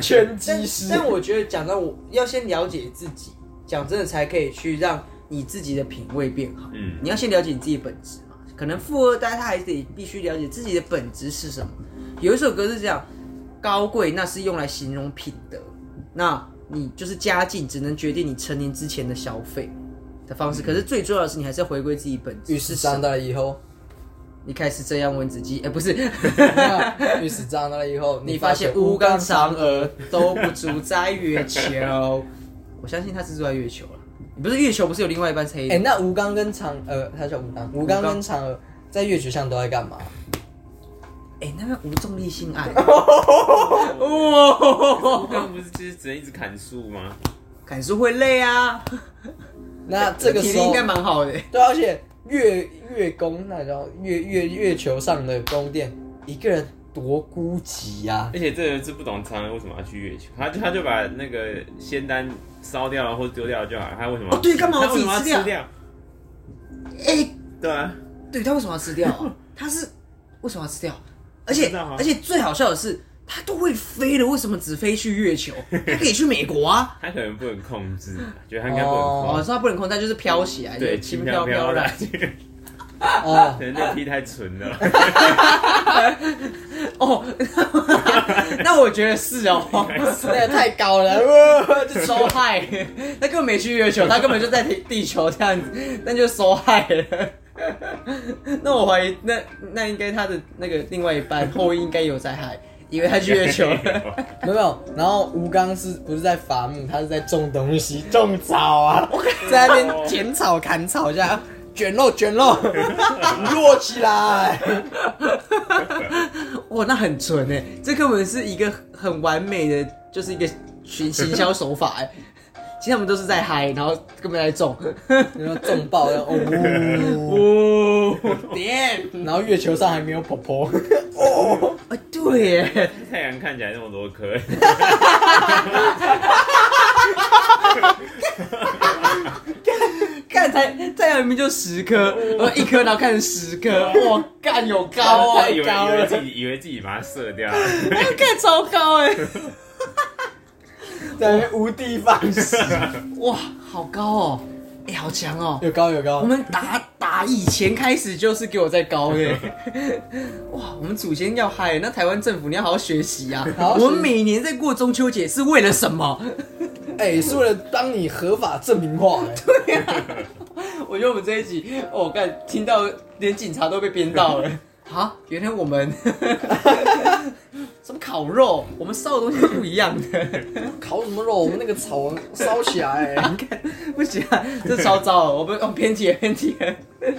S4: 圈
S3: 但
S4: 机师，
S3: 但我觉得讲到我要先了解自己，讲真的才可以去让你自己的品味变好。
S1: 嗯
S3: 你要先了解你自己本质嘛。可能富二代他还得必须了解自己的本质是什么。有一首歌是这样：高贵那是用来形容品德，那你就是家境只能决定你成年之前的消费的方式。可是最重要的是，你还是要回归自己本质。
S4: 与时长大了以
S3: *laughs*
S4: 后，
S3: 你开始这样问自己，哎、不是，
S4: 与时长大了以后，
S3: 啊哎你发现乌干嫦娥都不住在月球。我相信他是住在月球了。不是月球，不是有另外一半是黑
S4: 哎、
S3: 的？
S4: 那吴刚跟嫦娥，他叫吴刚，吴刚跟嫦娥在月球上都在干嘛？
S3: 哎、那边无重力性爱，哦
S1: 刚刚不是就是只能一直砍树吗？
S3: 砍树会累啊。
S4: 那这个
S3: 体
S4: 时
S3: 力应
S4: 候，
S3: 该蛮好的。
S4: 对啊，而且月月宫，那叫月月月球上的宫殿，一个人多孤寂呀、
S1: 而且这人是不懂嫦娥为什么要去月球，他就他就把那个仙丹烧掉了或丢掉就好了，他为什么要
S3: 哦对干嘛
S1: 他为什么
S3: 我
S1: 要
S3: 自己吃掉
S1: 吃掉？
S3: 哎、
S1: 对啊，
S3: 对他为什么要吃掉、啊？他是为什么要吃掉？而
S1: 不
S3: 且
S1: 知道啊
S3: 而且最好笑的是，他都会飞了，为什么只飞去月球？他可以去美国啊！
S1: 他可能不能控制，啊觉得他应该不能控制。
S3: 哦，说他不能控制，他就是飘起来，
S1: 对，
S3: 就
S1: 轻
S3: 轻
S1: 飘飘
S3: 飘
S1: 的 *laughs*
S3: 然。，
S4: 啊。哦
S3: *laughs*
S1: 可，能那批太纯了。
S3: 哎哦，那我觉得是哦，
S4: 那个太高
S3: *laughs*
S4: 了， *laughs* 哇
S3: 这 so high，他 *laughs* 根本没去月球，他根本就在地地球这样子，那就 so high 了。 *laughs* 那我怀疑，那那应该他的那个另外一半后裔应该有在 high，以为他去月球了。
S4: 没有没有。然后吴刚是不是在伐木？他是在种东西，种
S3: *laughs*
S4: 草啊，在那边剪草、砍草，这样卷肉、卷 *laughs* 肉，落
S3: *laughs*
S4: 起来。
S3: 哇，那很纯哎，这根本是一个很完美的，就是一个行行销手法哎。其实他们都是在嗨，然后根本在中。
S4: 然后重爆，然后哦
S3: 哦，天！
S4: 呜，然后月球上还没有婆婆，
S3: 啊，对耶，
S1: *laughs* 太阳看起来那么多
S3: *laughs*
S1: 颗，
S3: 干才太阳明明就十颗，我一颗，然后看成十颗，哇， *laughs* 干有高啊，
S1: 他 *laughs* 以为
S3: 高
S1: 以为
S3: 了，
S1: 自己以为自己把它射掉， *laughs*
S3: 干超高哎，
S4: 在那边无地放
S3: *laughs*
S4: 矢，
S3: 哇，好高哦，哎，好强哦。
S4: 有高有高
S3: 我。们打打以前开始就是给我在高哎、 *laughs* 哇！我们祖先要嗨，那台湾政府你要好好学习啊！
S4: 好好学习
S3: 我们每年在过中秋节是为了什么？
S4: 哎、是为了帮你合法证明化、哎
S3: *laughs* 我觉得我们这一集，哦我看听到连警察都被编到 *laughs* 了。啊！原来我们 *laughs* 什么烤肉，我们烧的东西是不一样的。
S4: 烤什么肉？我们那个草烧起来、哎
S3: 你看，不行啊，这超糟了，我们哦偏题了偏题了，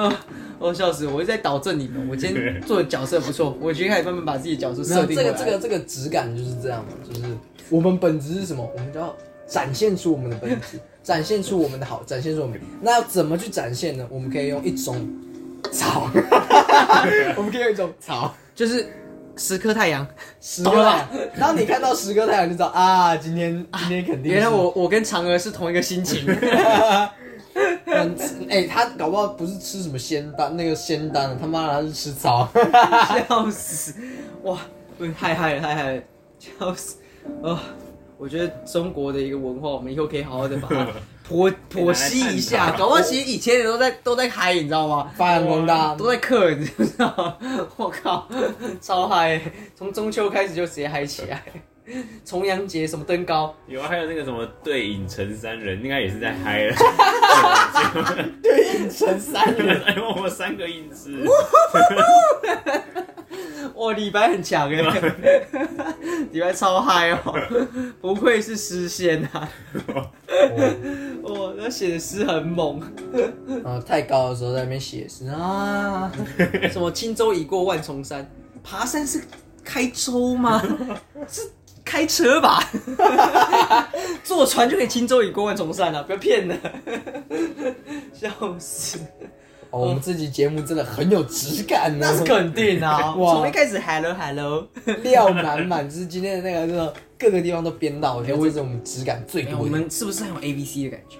S3: *laughs* 啊，我笑死，我一直在导正你们，我今天做的角色不错，我觉得开始慢慢把自己的角色
S4: 没有
S3: 设
S4: 这
S3: 定回
S4: 个
S3: 来
S4: 这个这个质感就是这样嘛，就是我们本质是什么？我们就要展现出我们的本 *laughs* 质，展现出我们的好，展现出我们。那要怎么去展现呢？我们可以用一种 *laughs* 草，我们可以用一种草，
S3: 就是十颗太阳，
S4: 十个太阳。当你看到十个太阳，就知道啊，今天今天肯定是
S3: 原来我我跟嫦娥是同一个心情，
S4: 嗯哎、他搞不好不是吃什么仙丹，那个仙丹，他妈的他是吃草。 *laughs*
S3: 笑死，哇，嗯嗨嗨了嗨嗨了，笑死，哦，我觉得中国的一个文化，我们以后可以好好的把它 *laughs* 剖剖析一
S1: 拿来
S3: 下，
S1: 探讨
S3: 搞不好其实以前人都在都在嗨，你知道吗？
S4: 发扬光大，
S3: 都在克，你知不知道？我靠， *laughs* 超嗨！从中秋开始就直接嗨起来，重阳节什么登高，
S1: 有啊还有那个什么对影成三人，应该也是在嗨
S3: *laughs*
S1: 了。
S4: 成三
S1: *laughs*
S4: 人。
S1: 哎呦，我三个影子，
S3: 哦哇，李白很强哎， *laughs* 李白超嗨哦，不愧是诗仙啊！哇，他写的诗很猛，
S4: 啊，太高的时候在那边写诗啊，
S3: 什么轻舟已过万重山，爬山是开舟吗？是开车吧？ *laughs* 坐船就可以轻舟已过万重山了、啊，不要骗了，, *laughs* 笑死！
S4: 哦，我们这集节目真的很有质感呢、
S3: 那是肯定啊！
S4: 哇
S3: 从一开始 hello hello，
S4: 料满满，就是今天的那个，就是各个地方都编到，我觉得这是我们质感最多的。
S3: 哎我们是不是很有 A B C 的感觉？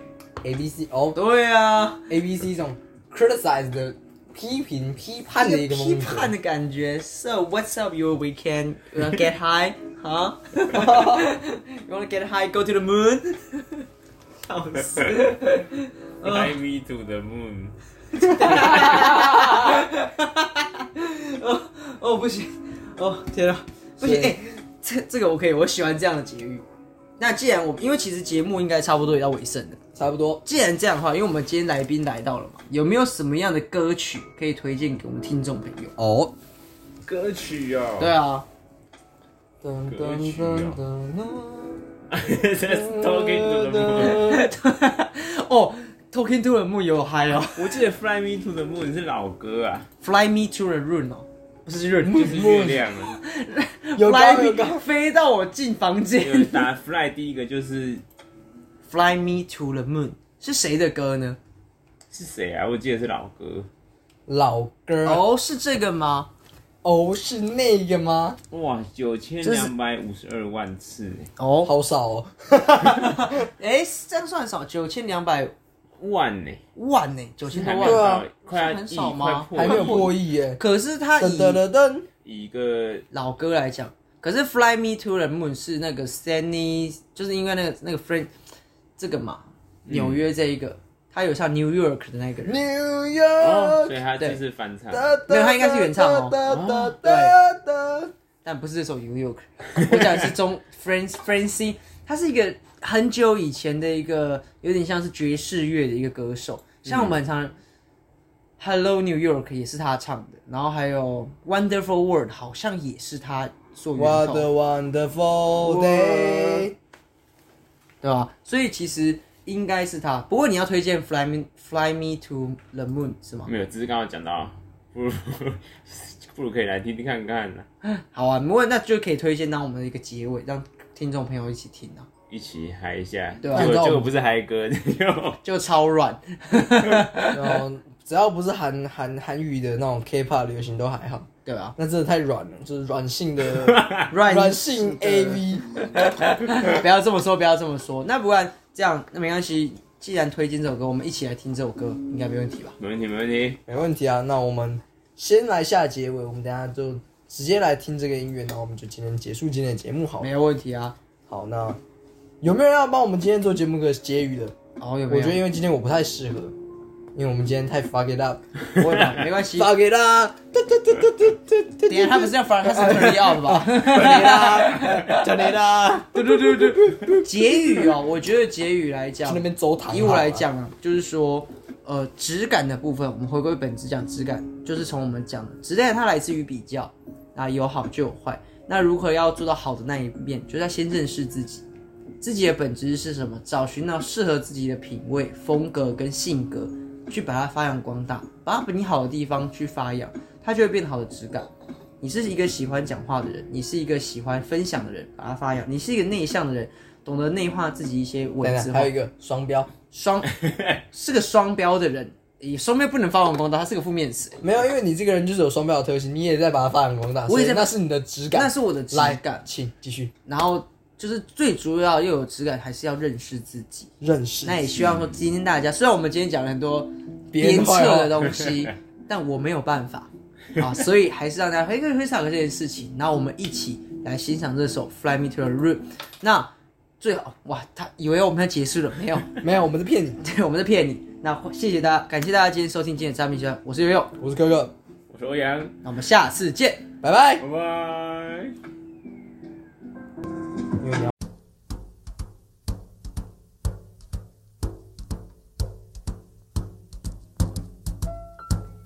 S4: A B C 哦
S3: 对啊，
S4: ，A B C 这种 criticize 的批评、批判
S3: 那
S4: 的
S3: 个
S4: 一个
S3: 批
S4: 风格
S3: 判的感觉。So what's up your weekend? You wanna get high? Huh? *laughs* you wanna get high? Go to the moon? *laughs* 笑死！
S1: Fly me to the moon，
S3: 哦哦不行，哦天啊，不行！
S4: 所以
S3: 哎、这这个我可以，我喜欢这样的结语。那既然我因为其实节目应该差不多也到尾声了，
S4: 差不多。
S3: 既然这样的话，因为我们今天来宾来到了嘛，有没有什么样的歌曲可以推荐给我们听众朋友？
S4: 哦，
S1: 歌曲哦， *laughs*
S3: 对，啊， *laughs*
S4: 噔
S1: 歌曲啊
S4: 噔，
S1: 这都给你的梦。
S3: 哦，Talking to the Moon 有嗨哦
S1: 我记得《Fly Me to the Moon》是老歌啊，
S3: ，Fly Me to the Moon 哦，不是
S1: 就是月
S3: Moon，Fly
S1: 亮啊。
S4: 有高有高
S3: me，飞到我进房
S1: 因为
S3: 间
S1: *laughs* 打 Fly 第一个就是
S3: ，Fly Me to the Moon 是谁的歌呢？
S1: 是谁啊？我记得是老歌。
S4: 老歌哦，
S3: 哦，是这个吗？ *laughs*
S4: 哦是那个吗？
S1: 哇，九千两百五十二万次欸，
S3: 哦，
S4: 好少哦，
S3: 哎，这样算少，九千两百
S1: 万呢、
S3: 万呢，九千多
S1: 还没有。
S3: 万
S4: 对
S1: 到
S4: 啊，
S1: 快要
S3: 是很
S1: 亿，
S3: 少
S1: 快
S3: 吗
S1: 破
S4: 还没有
S1: 亿
S4: 破亿耶。
S3: 可是他
S4: 噔
S3: 以
S4: 噔噔噔，
S1: 一个
S3: 老歌来讲，可是《Fly Me to the Moon》是那个 Sunny，就是因为那个那个 Friend 这个嘛，纽约这一个，他有唱 New York 的那个人，
S4: New
S1: 哦，
S4: York，
S1: 所以它就
S3: 对
S1: 是翻唱。
S3: 没有他应该是原唱哦
S4: 哦
S3: 对但不是这首 New York，我讲的是中 *laughs* Friends Francie，他是一个很久以前的一个有点像是爵士乐的一个歌手，像我们很常、Hello New York 也是他唱的，然后还有 Wonderful World 好像也是他做源头。
S4: What a wonderful day！
S3: 对吧？所以其实应该是他。不过你要推荐《Fly Me Fly Me to the Moon》是吗？
S1: 没有，只是刚刚讲到，不如 *laughs* 不如可以来听听看看啦，
S3: 好啊，没问那就可以推荐当我们的一个结尾，让听众朋友一起听啊，
S1: 一起嗨一下。
S3: 对啊
S1: 结果结
S4: 讲到我们
S1: 果不是嗨歌， *laughs* 就
S3: 就超软。
S4: 然后只要不是韩韩韩语的那种 K-pop 流行都还好，
S3: 对吧？
S4: 那真的太软了，就是软性的
S3: *laughs* 软
S4: 软性
S3: 的
S4: AV。
S3: *laughs* 不要这么说，不要这么说。那不然这样，那没关系。既然推荐这首歌，我们一起来听这首歌，应该没问题吧？
S1: 没问题没问题。
S4: 没问题啊，那我们先来下结尾，我们等一下就直接来听这个音乐，然后我们就今天结束今天的节目好了。
S3: 没有问题啊。
S4: 好，那有没有人要帮我们今天做节目个结语的？
S3: 哦，有没
S4: 我觉得
S3: 有？
S4: 因为今天我不太适合，因为我们今天太 fuck
S3: *laughs*
S4: it up，fuck
S3: 不会
S4: *laughs*
S3: 吧？没关系。
S4: it up，嘟嘟嘟嘟嘟嘟嘟
S3: 等一下他不是要反，他
S4: *laughs*
S3: 是 turn it up 吧？
S4: 啊，turn it up，
S1: 对对对对，
S3: *laughs* 结语哦，我觉得结语来讲
S4: 去那，边走堂。
S3: 以我来，讲啊，就是说，呃，质感的部分，我们回归本质讲质感，就是从我们讲的质量，它来自于比较，啊，有好就有坏。那如何要做到好的那一面，就是要先认识自己，自己的本质是什么，找寻到适合自己的品味、风格跟性格，去把它发扬光大，把它你好的地方去发扬，它就会变好的质感。你是一个喜欢讲话的人，你是一个喜欢分享的人，把它发扬；你是一个内向的人，懂得内化自己一些
S4: 等
S3: 文字
S4: 等，
S3: 化
S4: 啊还有一个双标，
S3: 双是个双标的人，也双标不能发扬光大，他是个负面词，
S4: 没有，因为你这个人就是有双标的特性，你也在把它发扬光大，
S3: 我也在
S4: 所以那是你的质感。
S3: 那是我的质
S4: 来
S3: 感。
S4: 请继续
S3: 然后就是最主要又有质感，还是要认识自己。
S4: 认识
S3: 那也希望说今天大家，虽然我们今天讲了很多
S4: 别人
S3: 鞭
S4: 的
S3: 策
S4: 坏
S3: 的
S4: 话。
S3: 东西，但我没有办法啊，所以还是让大家回归回想这件事情，然后我们一起来欣赏这首《Fly Me to the Moon》。那最好哇，他以为我们要结束了，没有， *laughs*
S4: 没有，我们是骗你。
S3: 对，我们在骗你。那谢谢大家，感谢大家今天收听今天的三明圈，我是悠悠，
S4: 我是哥哥，
S1: 我是欧阳，
S3: 那我们下次见。
S4: 拜拜。
S1: 拜拜。
S4: 因为你要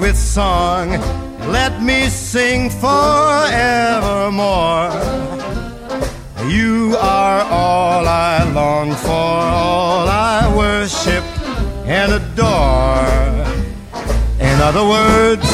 S5: with song. Let me sing forevermore. You are all I long for, all I worship and adore. In other words,